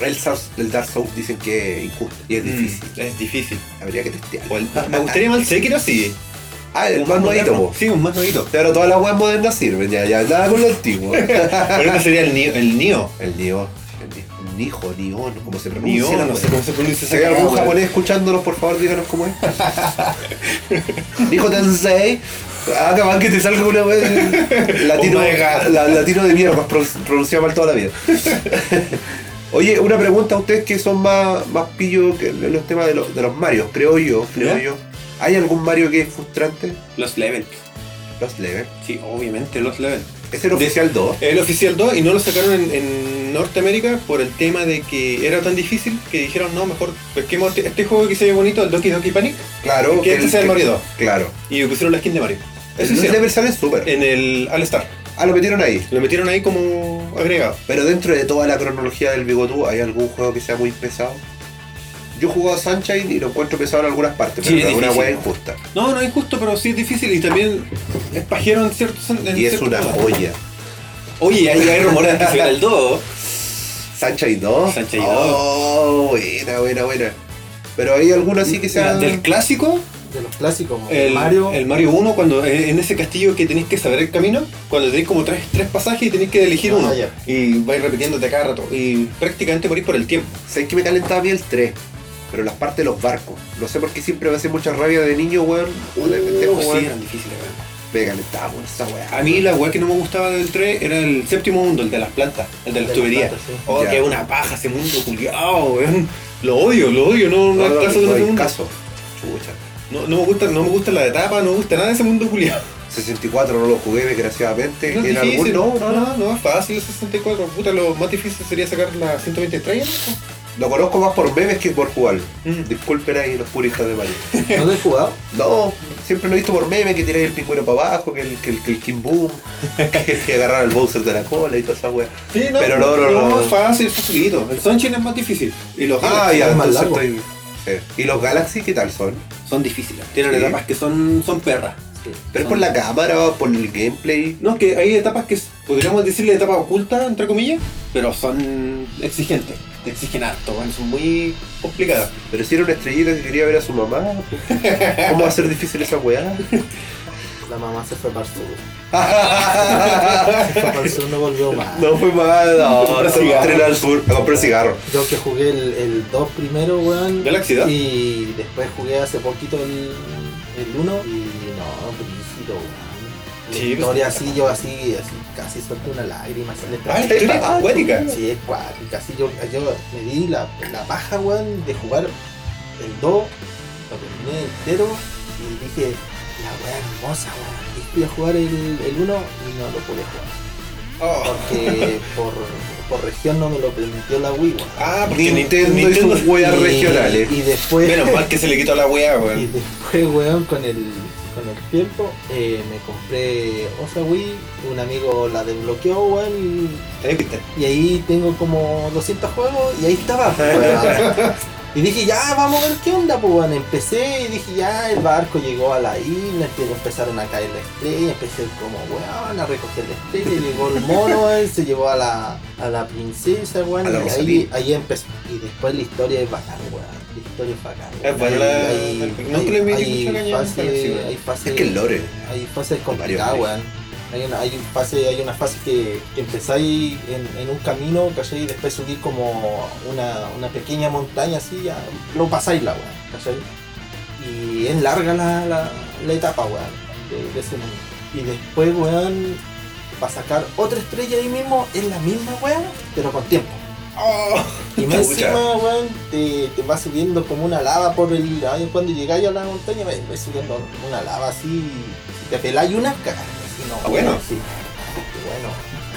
Speaker 2: El, Souls- el Dark Souls dicen que es injusto y es difícil.
Speaker 1: Mm, es difícil.
Speaker 2: Habría que testearlo.
Speaker 1: O el- me gustaría más el Sekiro, sí.
Speaker 2: Ah, el
Speaker 1: Un
Speaker 2: más nuevito,
Speaker 1: moderno.
Speaker 2: po.
Speaker 1: Sí, un más nuevito.
Speaker 2: Pero todas las weas modernas sirven, ya, ya, nada con lo antiguo.
Speaker 1: Pero este sería el Nio. El Nio.
Speaker 2: El Nio, el Nio, Nijo, Nio, no, ¿cómo se pronuncia?
Speaker 1: Nio,
Speaker 2: la
Speaker 1: no
Speaker 2: wea?
Speaker 1: sé cómo se pronuncia
Speaker 2: Si hay
Speaker 1: esa
Speaker 2: algún
Speaker 1: weá.
Speaker 2: japonés escuchándonos, por favor, díganos cómo es. Nijo Tensei. Ah, capaz que te salga una vez. Latino,
Speaker 1: Oh my God.
Speaker 2: la- latino de mierda, pro- pronunciado mal toda la vida. Oye, una pregunta a ustedes que son más, más pillos que en los temas de, los- de los Marios, creo yo, creo
Speaker 1: ¿Ya?
Speaker 2: yo. ¿Hay algún Mario que es frustrante?
Speaker 1: Los Level.
Speaker 2: Los Level.
Speaker 1: Sí, obviamente, los Level.
Speaker 2: Es el
Speaker 1: De-
Speaker 2: oficial 2.
Speaker 1: El oficial 2 y no lo sacaron en, en Norteamérica por el tema de que era tan difícil que dijeron, no, mejor pesquemos este, este juego que se ve bonito, el Doki Doki Panic,
Speaker 2: Claro.
Speaker 1: que este sea el Mario 2.
Speaker 2: Claro.
Speaker 1: Y pusieron la skin de Mario. Eh. Eso
Speaker 2: Los
Speaker 1: hicieron.
Speaker 2: Level salen súper.
Speaker 1: En el All Star.
Speaker 2: Ah, lo metieron ahí.
Speaker 1: Lo metieron ahí como agregado.
Speaker 2: Pero dentro de toda la cronología del Bigotú, ¿hay algún juego que sea muy pesado? Yo he jugado a Sunshine y lo encuentro pesado en algunas partes,
Speaker 1: Sí,
Speaker 2: pero
Speaker 1: es
Speaker 2: es una
Speaker 1: difícil.
Speaker 2: hueá injusta.
Speaker 1: No, no es justo, pero sí es difícil y también es pajero en ciertos... en
Speaker 2: Y es
Speaker 1: ciertos
Speaker 2: una
Speaker 1: temas.
Speaker 2: joya.
Speaker 1: Oye, hay, hay rumores de que se viene el 2.
Speaker 2: ¿Sunshine 2?
Speaker 1: Sunshine
Speaker 2: Oh, buena, buena, buena. Pero hay alguna así que sea...
Speaker 1: Mira, Del clásico,
Speaker 3: De los clásicos, weón.
Speaker 1: el
Speaker 3: Mario.
Speaker 1: Mario, el Mario 1, cuando eh, en ese castillo que tenés que saber el camino, cuando tenés como tres, tres pasajes y tenés que elegir
Speaker 3: Ah,
Speaker 1: uno.
Speaker 3: ya.
Speaker 1: Y vais repitiéndote cada rato. Y prácticamente morís por el tiempo.
Speaker 2: Sé que me calentaba bien el 3, pero las partes de los barcos. No sé por qué siempre me hace mucha rabia de niño, weón. O de pendejo,
Speaker 1: Uh, Oh, Sí,
Speaker 2: weón.
Speaker 1: eran difíciles, weón.
Speaker 2: Me calentaba con esa weá.
Speaker 1: A mí la weá que no me gustaba del 3 era el séptimo mundo, el de las plantas, el de las
Speaker 3: De las
Speaker 1: tuberías.
Speaker 3: plantas, sí.
Speaker 1: Oh,
Speaker 2: Ya.
Speaker 1: que una paja ese mundo, culiao, weón. Lo odio, lo odio, no, no,
Speaker 2: No,
Speaker 1: hay
Speaker 2: no,
Speaker 1: caso
Speaker 2: no
Speaker 1: de ese
Speaker 2: hay
Speaker 1: mundo.
Speaker 2: caso. Chucha.
Speaker 1: No, no me gusta, no me gusta la etapa, no me gusta nada de ese mundo, culiao.
Speaker 2: 64 no lo jugué, desgraciadamente.
Speaker 1: No es
Speaker 2: en
Speaker 1: difícil,
Speaker 2: algún...
Speaker 1: no, no, no, no es fácil el 64. Puta, lo más difícil sería sacar la 120 estrellas.
Speaker 2: Lo conozco más por memes que por jugar.
Speaker 1: Mm.
Speaker 2: Disculpen ahí los puristas de Mario.
Speaker 3: ¿No lo he jugado?
Speaker 2: No, siempre lo he visto por memes, que tiráis el pingüino para abajo, que el, que el, que el King Boom, que, que agarrar al Bowser de la cola y toda esa wea.
Speaker 1: Sí, no,
Speaker 2: Pero no, no, no.
Speaker 1: es fácil, es facilito. El Sunshine es más difícil. Y los
Speaker 2: Ah,
Speaker 1: Galaxy
Speaker 2: ya,
Speaker 3: es más
Speaker 2: entonces
Speaker 3: largo.
Speaker 2: estoy... sí. ¿Y los Galaxy qué tal son?
Speaker 1: son difíciles. Tienen
Speaker 2: Sí.
Speaker 1: etapas que son, son perras.
Speaker 3: Sí.
Speaker 2: ¿Pero es por la cámara o por el gameplay?
Speaker 1: No, es que hay etapas que s- podríamos decirle etapas ocultas, entre comillas, pero son exigentes. te exigen harto, weón, son muy complicadas.
Speaker 2: Pero si era una estrellita que quería ver a su mamá, ¿cómo va a ser difícil esa weá?
Speaker 3: La mamá se fue para el sur. Se fue para el
Speaker 2: no
Speaker 3: sur, no volvió más.
Speaker 2: fue mal,
Speaker 1: A comprar
Speaker 2: no, se
Speaker 1: cigarro.
Speaker 2: estrena al sur a comprar cigarro.
Speaker 3: Yo que jugué el, el 2 primero, weón.
Speaker 1: Galaxy 2.
Speaker 3: Y después jugué hace poquito el, el 1 y no, brígido, weón. La
Speaker 1: Sí, pues,
Speaker 3: historia así, yo así, así, casi suelto una lágrima, así le
Speaker 1: Ah, la historia es acuática.
Speaker 3: Sí, es cuática, así yo, yo me di la, la paja, weón, de jugar el 2, lo terminé entero y dije, la weá hermosa, weón. Y fui a jugar el 1 y no lo pude jugar.
Speaker 1: Oh.
Speaker 3: Porque por, por región no me lo permitió la Wii, weón.
Speaker 1: Ah, porque
Speaker 2: Nintendo,
Speaker 1: Nintendo, Nintendo
Speaker 2: y sus weas
Speaker 3: Y-
Speaker 2: regionales.
Speaker 3: Y después,
Speaker 1: Menos mal que se le quitó la weá,
Speaker 3: y
Speaker 1: weón.
Speaker 3: después, weón, con el, con el tiempo, eh, me compré otra Wii, un amigo la desbloqueó, weón,
Speaker 1: Ahí viste.
Speaker 3: y, y ahí tengo como 200 juegos y ahí estaba. pues, weón. Y dije, ya, vamos a ver qué onda, pues, weón. Empecé y dije, ya, el barco llegó a la isla, empe- empezaron a caer la estrella, empecé como, weón, a recoger la estrella, llegó el mono, weón, se llevó a la, a la princesa, weón,
Speaker 2: A la
Speaker 3: y ahí,
Speaker 2: Rosalía.
Speaker 3: ahí empezó. Y después la historia es bacán, weón. La historia es bacán.
Speaker 1: Es
Speaker 3: weón.
Speaker 1: buena
Speaker 3: Hay-
Speaker 1: la-
Speaker 3: hay-
Speaker 1: no te le metí
Speaker 3: hay
Speaker 1: mucho caña,
Speaker 3: fases-
Speaker 1: pero sí, weón.
Speaker 3: hay fases-
Speaker 2: Es que el lore.
Speaker 3: hay fases complicadas,
Speaker 2: Varios,
Speaker 3: weón. Hay una, hay, un fase, hay una fase que, que empezáis en, en un camino, ¿cachai? Y después subís como una, una pequeña montaña así, ya lo pasáis la weón, ¿cachai? Y es larga la, la, la etapa, weón, de, de ese mundo. Y después, weón, para sacar otra estrella ahí mismo, es la misma weón, pero con tiempo.
Speaker 1: Oh.
Speaker 3: Y más
Speaker 1: Chucha.
Speaker 3: encima, weón, te, te va subiendo como una lava por el. Ahí cuando llegáis a la montaña, vais vais subiendo una lava así. y Si te peláis una, cagás. Así no.
Speaker 1: Ah, bueno.
Speaker 3: Sí. Así que bueno.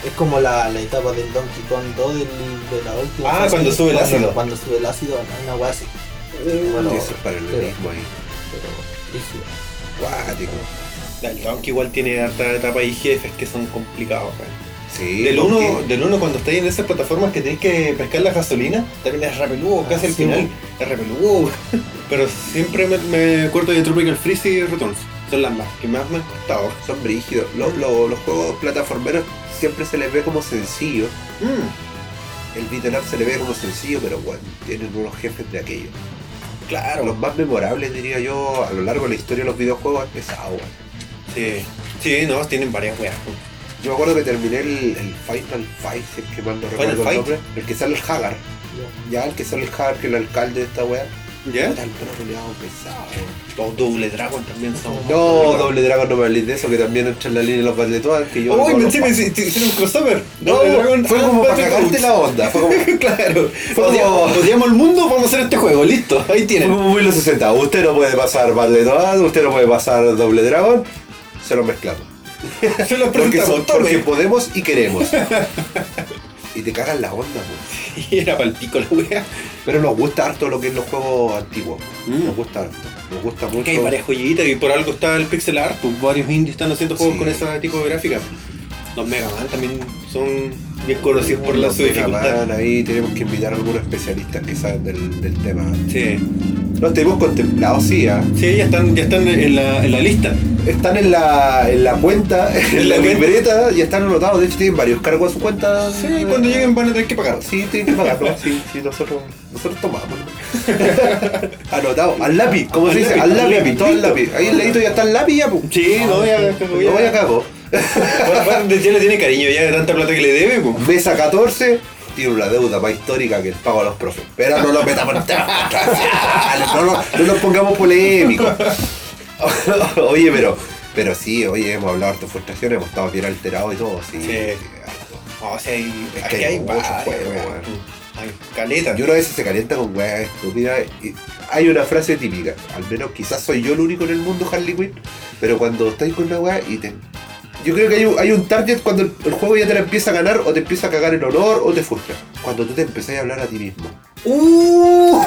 Speaker 3: Es como la, la etapa del Donkey Kong 2 del, de la última.
Speaker 1: Ah,
Speaker 3: fase.
Speaker 1: cuando sube el
Speaker 3: Cuando-
Speaker 1: ácido.
Speaker 3: Cuando sube el ácido, una weá así.
Speaker 5: Eh,
Speaker 3: Bueno,
Speaker 2: Eso es para el organismo ahí.
Speaker 3: pero. rígido.
Speaker 2: Cuático.
Speaker 1: Dale, aunque igual tiene harta etapa y jefes que son complicados, weón.
Speaker 2: Sí.
Speaker 1: Del
Speaker 2: porque-
Speaker 1: 1, del uno cuando estáis en esas plataformas que tenéis que pescar la gasolina, también es repeludo,
Speaker 3: Ah,
Speaker 1: casi al
Speaker 3: sí,
Speaker 1: final, es repeludo. Pero siempre me, me acuerdo de Tropical Freeze y Returns, son las más que más me han costado.
Speaker 2: Son brígidos. Los, los- los juegos plataformeros siempre se les ve como sencillos.
Speaker 1: Mm,
Speaker 2: El beat'em up se le ve como sencillo, pero bueno, tienen unos jefes de aquello.
Speaker 1: claro.
Speaker 2: Los más memorables, diría yo, a lo largo de la historia de los videojuegos es agua.
Speaker 1: Sí, sí, no, tienen varias weas.
Speaker 2: Yo me acuerdo que terminé el, el Final Fight, si es que mal no
Speaker 1: Final
Speaker 2: recuerdo el
Speaker 1: Fight.
Speaker 2: nombre, el que sale el Hagar. Ya, el que sale el Hagar, que es el alcalde de esta wea.
Speaker 1: ¿Ya?
Speaker 2: Puta, el perro culiao pesado.
Speaker 1: Los Double Dragon también son.
Speaker 2: No, Doble Dragon no me hables de eso, que también entra en la línea de los Battletoads, que yo...
Speaker 1: ¡Uy,
Speaker 2: no-
Speaker 1: pensé
Speaker 2: no-
Speaker 1: que hici- te hicieron un crossover!
Speaker 2: No,
Speaker 1: Double Dragon
Speaker 2: fue
Speaker 1: and
Speaker 2: como para
Speaker 1: Battle
Speaker 2: cagarte la onda, ah, fue como...
Speaker 1: Toads. claro.
Speaker 2: Fue
Speaker 1: Odiamos,
Speaker 2: como-
Speaker 1: odiamos el mundo, vamos a hacer este juego, listo, ahí
Speaker 2: Fue
Speaker 1: tienen.
Speaker 2: como muy los 60, usted no puede pasar Battletoads, usted no puede pasar Doble Dragon, se lo mezclamos.
Speaker 1: Se los
Speaker 2: Porque,
Speaker 1: presentamos,
Speaker 2: son- porque
Speaker 1: tome.
Speaker 2: podemos y queremos. y te cagan la onda, pues.
Speaker 1: Y era pa'l pico la wea.
Speaker 2: Pero nos gusta harto lo que es los juegos antiguos.
Speaker 1: Mm.
Speaker 2: Nos gusta harto. Nos gusta mucho.
Speaker 1: Porque hay varias joyitas y por algo está el pixel art, pues varios indies están haciendo juegos
Speaker 2: Sí.
Speaker 1: con ese tipo de gráfica. Los Mega Man también son bien conocidos por la
Speaker 2: Los
Speaker 1: su dificultad.
Speaker 2: Megaman, ahí tenemos que invitar a algunos especialistas que saben del, del tema.
Speaker 1: Sí,
Speaker 2: Los tenemos contemplados, sí. ah.
Speaker 1: sí, ya están, ya están en la, en la lista.
Speaker 2: Están en la, en la cuenta, en la
Speaker 1: la cuenta.
Speaker 2: libreta y están anotados. De hecho, tienen varios cargos a su cuenta. Eh,
Speaker 1: Sí, cuando lleguen van a tener que pagar.
Speaker 2: Sí, tienen que pagarlo. sí, sí, nosotros, nosotros tomamos. Anotado, al lápiz, como
Speaker 1: Al
Speaker 2: se dice,
Speaker 1: lápiz,
Speaker 2: al
Speaker 1: al
Speaker 2: lápiz,
Speaker 1: lápiz,
Speaker 2: todo al
Speaker 1: listo.
Speaker 2: lápiz. Ahí el ladito ya está el lápiz ya, pues.
Speaker 1: Sí, no, ya, ya,
Speaker 2: No vaya cago.
Speaker 1: ya le tiene cariño, ya de tanta plata que le debe, pues.
Speaker 2: Mesa 14 tiene una deuda más histórica que el pago a los profes. Pero no lo metamos en temas contractuales, no, no, no nos pongamos polémicos. oye, pero, pero sí, oye, hemos hablado de tus frustraciones, hemos estado bien alterados y todo, sí.
Speaker 1: Sí.
Speaker 2: harto.
Speaker 1: O sea, hay,
Speaker 2: Ah, Es
Speaker 1: aquí
Speaker 2: que hay
Speaker 1: hay
Speaker 2: muchos
Speaker 1: varios,
Speaker 2: juegos,
Speaker 1: weón.
Speaker 2: weón.
Speaker 1: Hay caleta.
Speaker 2: Y uno a veces se calienta con weas estúpidas. y Hay una frase típica, al menos quizás soy yo el único en el mundo, Harley Quinn, pero cuando estáis con una wea y te. Yo creo que hay un, hay un target cuando el, el juego ya te la empieza a ganar o te empieza a cagar el honor o te frustra. Cuando tú te empezás a hablar a ti mismo.
Speaker 1: ¡Uh!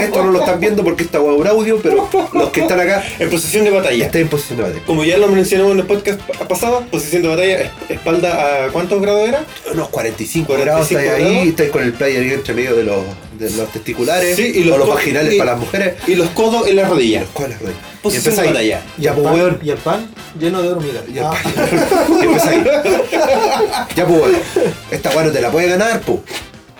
Speaker 2: Esto no lo están viendo porque está guau un audio, pero los que están acá
Speaker 1: En posición de batalla.
Speaker 2: están en posición de batalla.
Speaker 1: Como ya lo mencionamos en el podcast pa- pasado, posición de batalla, es- espalda a cuántos grados era?
Speaker 2: Unos 45,
Speaker 1: 45
Speaker 2: grados estáis
Speaker 1: grados.
Speaker 2: ahí, estáis con el player ahí entre medio de los, de los testiculares
Speaker 1: Sí, y los
Speaker 2: o los
Speaker 1: co-
Speaker 2: vaginales
Speaker 1: y-
Speaker 2: para las mujeres.
Speaker 1: Y los codos en las rodillas.
Speaker 2: ¿Cuál es, Roy? Y
Speaker 1: Posición de
Speaker 2: empezáis,
Speaker 1: batalla.
Speaker 2: Ya, pues,
Speaker 3: Pan-
Speaker 2: weón,
Speaker 3: y el pan lleno de hormigas.
Speaker 2: Ya,
Speaker 3: Ah,
Speaker 2: Y empieza ahí. Ya, pues, weón, esta weá no te la puede ganar, pues.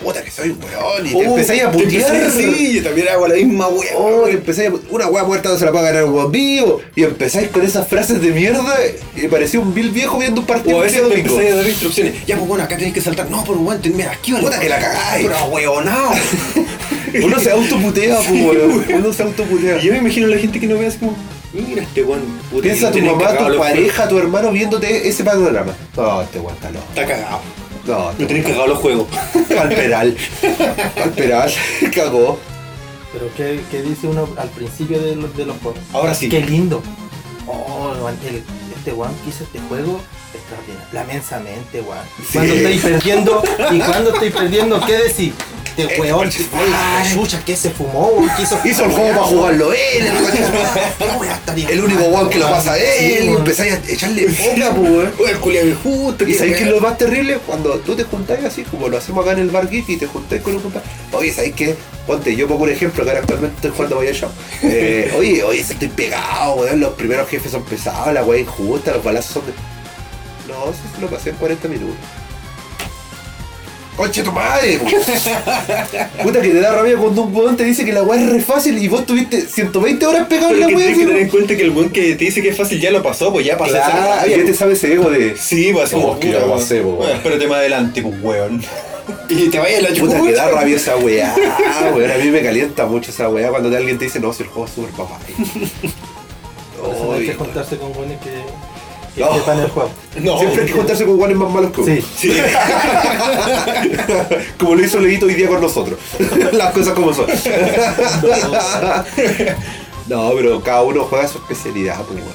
Speaker 2: puta que soy weón. Y te
Speaker 1: Oh,
Speaker 2: empezáis a
Speaker 1: te
Speaker 2: putear.
Speaker 1: empezáis- Sí, yo también hago la misma wea.
Speaker 2: Oh, te empezáis a- Una wea muerta no se la puede ganar un weón vivo. Y empezáis con esas frases de mierda. Y parecía un vil viejo viendo un partido
Speaker 1: O a
Speaker 2: de
Speaker 1: veces te
Speaker 2: domingo.
Speaker 1: empezáis a dar instrucciones. Ya, pues bueno, acá tenés que saltar. No, pero bueno, mira, aquí vale.
Speaker 2: Puta que la cagáis.
Speaker 1: Pero ahueonao.
Speaker 2: Uno se autoputea, pues,
Speaker 1: Sí,
Speaker 2: weón.
Speaker 1: weón.
Speaker 2: Uno se autoputea.
Speaker 1: Y yo me imagino a la gente que no ve así como, mira este weón. puta,
Speaker 2: Piensa
Speaker 1: que
Speaker 2: tu
Speaker 1: tiene
Speaker 2: mamá,
Speaker 1: cagado
Speaker 2: tu
Speaker 1: los
Speaker 2: pareja, tu hermano viéndote ese panorama. No, este weón está loco.
Speaker 1: juegos. Está cagado.
Speaker 2: No,
Speaker 1: Lo
Speaker 2: este
Speaker 1: tenés cagado los juegos.
Speaker 2: weón- al peral. Al peral. Cagó.
Speaker 5: Pero ¿qué, qué dice uno al principio de los, de los juegos?
Speaker 1: Ahora sí.
Speaker 5: Qué lindo. Oh, weón, el- este weón que hizo este juego extraordinario. Lamensamente, weón. Y Cuando estoy perdiendo, y cuando estoy perdiendo, ¿qué decir?
Speaker 2: Eh,
Speaker 5: Este weón, ay, chucha, que se fumó, weón, que hizo,
Speaker 2: Hizo el juego para jugarlo él. el coño.
Speaker 5: Ah, weón, está bien.
Speaker 2: El único weón que lo
Speaker 1: Ah,
Speaker 2: pasa
Speaker 5: Sí,
Speaker 2: él. pues. Y
Speaker 5: weón.
Speaker 2: empezáis a echarle boca, pues, weón.
Speaker 1: Oye, el culiado es justo.
Speaker 2: Y sabéis que lo más terrible cuando tú te juntáis así, como lo hacemos acá en el bar geek y te juntáis con un compadre. Oye, ¿sabéis qué? Ponte, yo pongo un ejemplo que ahora actualmente estoy jugando Voyage Show. Eh, oye, oye, estoy pegado, weón. Los primeros jefes son pesados, la weá es injusta, los balazos son de. No, eso se lo pasé en 40 minutos. ¡Conche tu madre! po! Puta que te da rabia cuando un weón te dice que la weá es re fácil y vos tuviste 120 horas pegado en
Speaker 1: Pero
Speaker 2: la
Speaker 1: que
Speaker 2: weá.
Speaker 1: tenés que
Speaker 2: así,
Speaker 1: tener en cuenta que el weón que te dice que es fácil ya lo pasó, pues ya
Speaker 2: po.
Speaker 1: pasó esa
Speaker 2: Claro,
Speaker 1: rabia,
Speaker 2: ya te
Speaker 1: pues.
Speaker 2: sabes ese ego de.
Speaker 1: Sí, pues así
Speaker 2: Oh,
Speaker 1: como
Speaker 2: que
Speaker 1: puta,
Speaker 2: la
Speaker 1: weón.
Speaker 2: pasé, pues,
Speaker 1: Bueno, espérate más adelante, pues weón. Y te vayas a la
Speaker 2: Puta que da
Speaker 1: chucha.
Speaker 2: rabia esa weá, weón. A mí me calienta mucho esa weá cuando te- alguien te dice, no, si el juego es súper papá.
Speaker 5: Por eso no hay que juntarse con weones que, que
Speaker 2: No.
Speaker 5: sepan el juego.
Speaker 1: No,
Speaker 2: Siempre hay que juntarse con guanes más malos que uno.
Speaker 5: Oh. Sí.
Speaker 1: Sí.
Speaker 2: Como lo hizo Leguito hoy día con nosotros. Las cosas como son. no, pero cada uno juega su especialidad, pues, weón.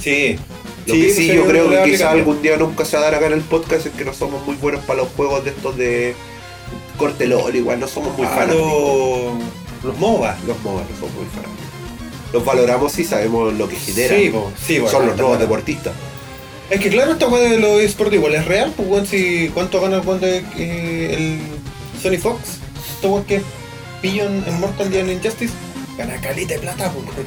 Speaker 1: Sí.
Speaker 2: Lo
Speaker 5: pues,
Speaker 2: que sí, yo creo que quizás
Speaker 1: algo
Speaker 2: algún día nunca se va a dar acá en el podcast es que no somos muy buenos para los juegos de estos de corte LOL, igual no somos muy
Speaker 1: Ah,
Speaker 2: fanáticos.
Speaker 1: los- los MOBA.
Speaker 2: Los MOBA no son muy fanáticos. Los valoramos si sabemos lo que generan.
Speaker 1: Sí, po, sí, po,
Speaker 2: son los
Speaker 1: está
Speaker 2: nuevos
Speaker 1: claro.
Speaker 2: deportistas.
Speaker 1: Es que claro, esta weá de los eSports igual es real, pues weón, si cuánto gana el weón de eh, el Sony Fox, este weón que es pillo en, en Mortal Kombat Injustice, gana caleta de plata, pues. weón.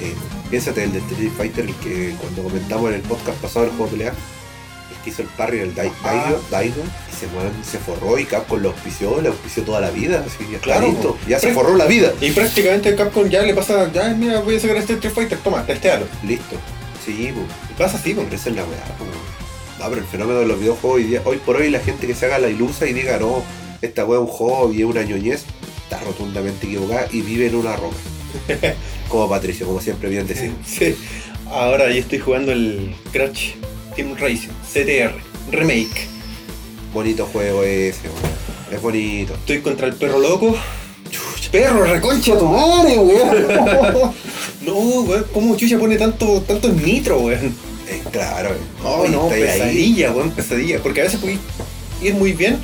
Speaker 2: Eh, piénsate el de Street Fighter, el que cuando comentamos en el podcast pasado del juego de pelea, el que hizo el parry del Dai-
Speaker 1: Ah.
Speaker 2: Daigo, Daigo, y se, weón, se forró y Capcom lo auspició, lo auspició toda la vida, así ya está
Speaker 1: Claro,
Speaker 2: listo,
Speaker 1: po.
Speaker 2: ya se
Speaker 1: Pero-
Speaker 2: forró la vida,
Speaker 1: Y prácticamente Capcom ya le pasa, ya mira, voy a sacar este Street Fighter, toma, testéalo.
Speaker 2: listo. Sí, pues,
Speaker 1: Y pasa así, pues.
Speaker 2: esa es la weá, po. No, pero el fenómeno de los videojuegos hoy día, hoy por hoy la gente que se haga la ilusa y diga no, esta weá es un hobby, es una ñoñez, está rotundamente equivocada y vive en una roca. como Patricio, como siempre bien decir.
Speaker 1: Sí. Ahora yo estoy jugando el Crash Team Racing, CTR, Remake.
Speaker 2: Bonito juego ese, weón. Es bonito.
Speaker 1: Estoy contra el perro loco. Chuch, perro, reconcha tu madre, weón. no, weón, ¿cómo chucha pone tanto, tanto nitro, weón?
Speaker 2: Eh, claro, weón.
Speaker 1: No,
Speaker 2: Ahí
Speaker 1: no,
Speaker 2: está ahí.
Speaker 1: pesadilla, weón, pesadilla. Porque a veces puedes ir muy bien,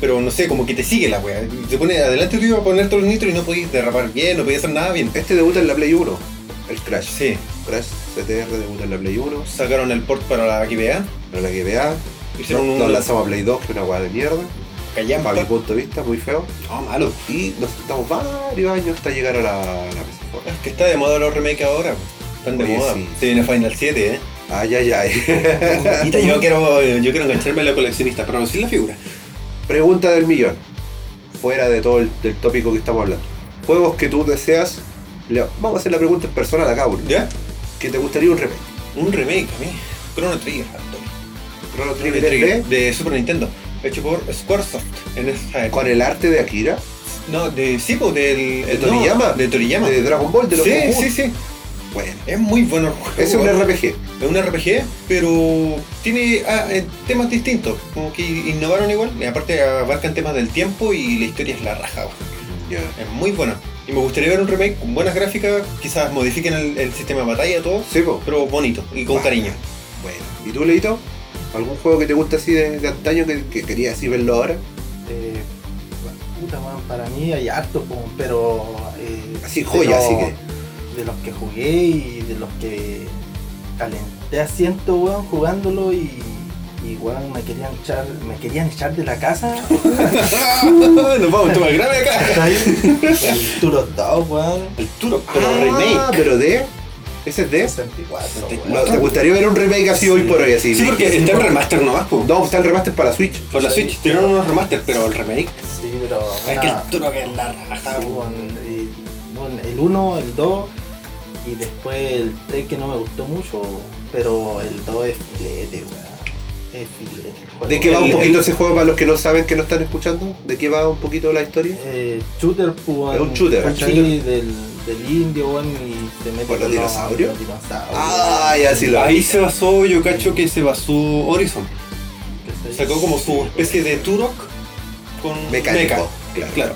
Speaker 1: pero no sé, como que te sigue la weá. Se pone adelante tuyo a poner todo el nitro y no podéis derrapar bien, no podéis hacer nada bien.
Speaker 2: Este debuta en la Play 1, el Crash.
Speaker 1: Sí,
Speaker 2: Crash CTR debuta en la Play 1,
Speaker 1: sacaron el port para la GBA,
Speaker 2: para la GBA.
Speaker 1: hicieron
Speaker 2: Nos,
Speaker 1: un
Speaker 2: nos lanzamos a Play 2, que es una weá de mierda.
Speaker 1: callampa.
Speaker 2: Para mi punto de vista, muy feo.
Speaker 1: No, malo.
Speaker 2: Y nos sentamos varios años hasta llegar a la, la PC.
Speaker 1: Es que está de moda los remakes ahora, weón. están de
Speaker 2: Oye,
Speaker 1: moda.
Speaker 2: sí. Ah,
Speaker 1: Se viene Final 7, eh.
Speaker 2: Ay, ay, ay.
Speaker 1: Puta, yo quiero, yo quiero engancharme a la coleccionista, pero no sin la figura.
Speaker 2: Pregunta del millón. Fuera de todo el del tópico que estamos hablando. Juegos que tú deseas. le- vamos a hacer la pregunta en personal a cada uno.
Speaker 1: ¿Ya?
Speaker 2: Que te gustaría un remake.
Speaker 1: Un remake a mí. Chrono Trigger, Antonio. Chrono
Speaker 2: Chrono Trigger
Speaker 1: Trigger
Speaker 2: 3D,
Speaker 1: de Super Nintendo. Hecho por Squaresoft en esa época.
Speaker 2: Con el arte de Akira.
Speaker 1: No, de sí, po, del.
Speaker 2: ¿De
Speaker 1: no,
Speaker 2: Toriyama?
Speaker 1: de Toriyama.
Speaker 2: De Dragon Ball, de los
Speaker 1: sí,
Speaker 2: Goku.
Speaker 1: sí, sí.
Speaker 2: Bueno.
Speaker 1: Es muy bueno el juego. ¿eh?
Speaker 2: Es un RPG.
Speaker 1: Es un RPG, pero tiene ah, eh, temas distintos. Como que innovaron igual. Y aparte abarcan temas del tiempo y la historia es la raja, weón. Es muy buena. Y me gustaría ver un remake con buenas gráficas. Quizás modifiquen el, el sistema de batalla, todo.
Speaker 2: Sí, po.
Speaker 1: Pero bonito y con
Speaker 2: Bueno.
Speaker 1: cariño.
Speaker 2: Bueno. ¿Y tú, Leito? ¿Algún juego que te gusta así de, de antaño que, que querías así verlo ahora?
Speaker 5: Eh, puta, weón, para mí hay harto, po, pero. eh,
Speaker 2: Así,
Speaker 5: de
Speaker 2: joya,
Speaker 5: los-
Speaker 2: así que.
Speaker 5: De los que jugué y de los que calenté asiento, weón, jugándolo y. Y weón, me querían echar, me querían echar de la casa.
Speaker 1: Nos vamos a tomar grave acá.
Speaker 5: ¿cachai? Y Tú los dos, weón.
Speaker 1: El Turo, pero
Speaker 2: Ah,
Speaker 1: remake.
Speaker 2: Pero de. Ese es de.
Speaker 5: 64. weón.
Speaker 2: No, ¿Te gustaría ver un remake así hoy por hoy? Así,
Speaker 1: Sí, porque está el remaster nomás, po.
Speaker 2: No, está el remaster para Switch.
Speaker 1: Por la Switch, tiraron unos remaster, pero el remake.
Speaker 5: Sí, pero.
Speaker 1: Es
Speaker 5: una-
Speaker 1: que el turo Ah, que es la raja,
Speaker 5: Sí,
Speaker 1: po.
Speaker 5: weón, y, bueno, el 1, el 2 y después el 3 que no me gustó mucho, pero el 2 es filete, weón. Es filete.
Speaker 2: ¿De qué va
Speaker 1: El-
Speaker 2: un
Speaker 1: el-
Speaker 2: poquito ese juego para los que no saben que no están escuchando? ¿De qué va un poquito la historia?
Speaker 5: Eh, shooter, pues, weón,
Speaker 2: Es un shooter,
Speaker 5: pues,
Speaker 2: ¿cachai?
Speaker 5: sí, del, del indio, weón, y se mete
Speaker 2: ¿Por los dinosaurios?
Speaker 5: los dinosaurios.
Speaker 2: Ah, ya sí lo
Speaker 1: Ahí se basó, yo cacho que se basó Horizon. Sacó como su especie de Turok con
Speaker 2: Mecánico,
Speaker 1: mecha.
Speaker 2: claro.
Speaker 1: Claro.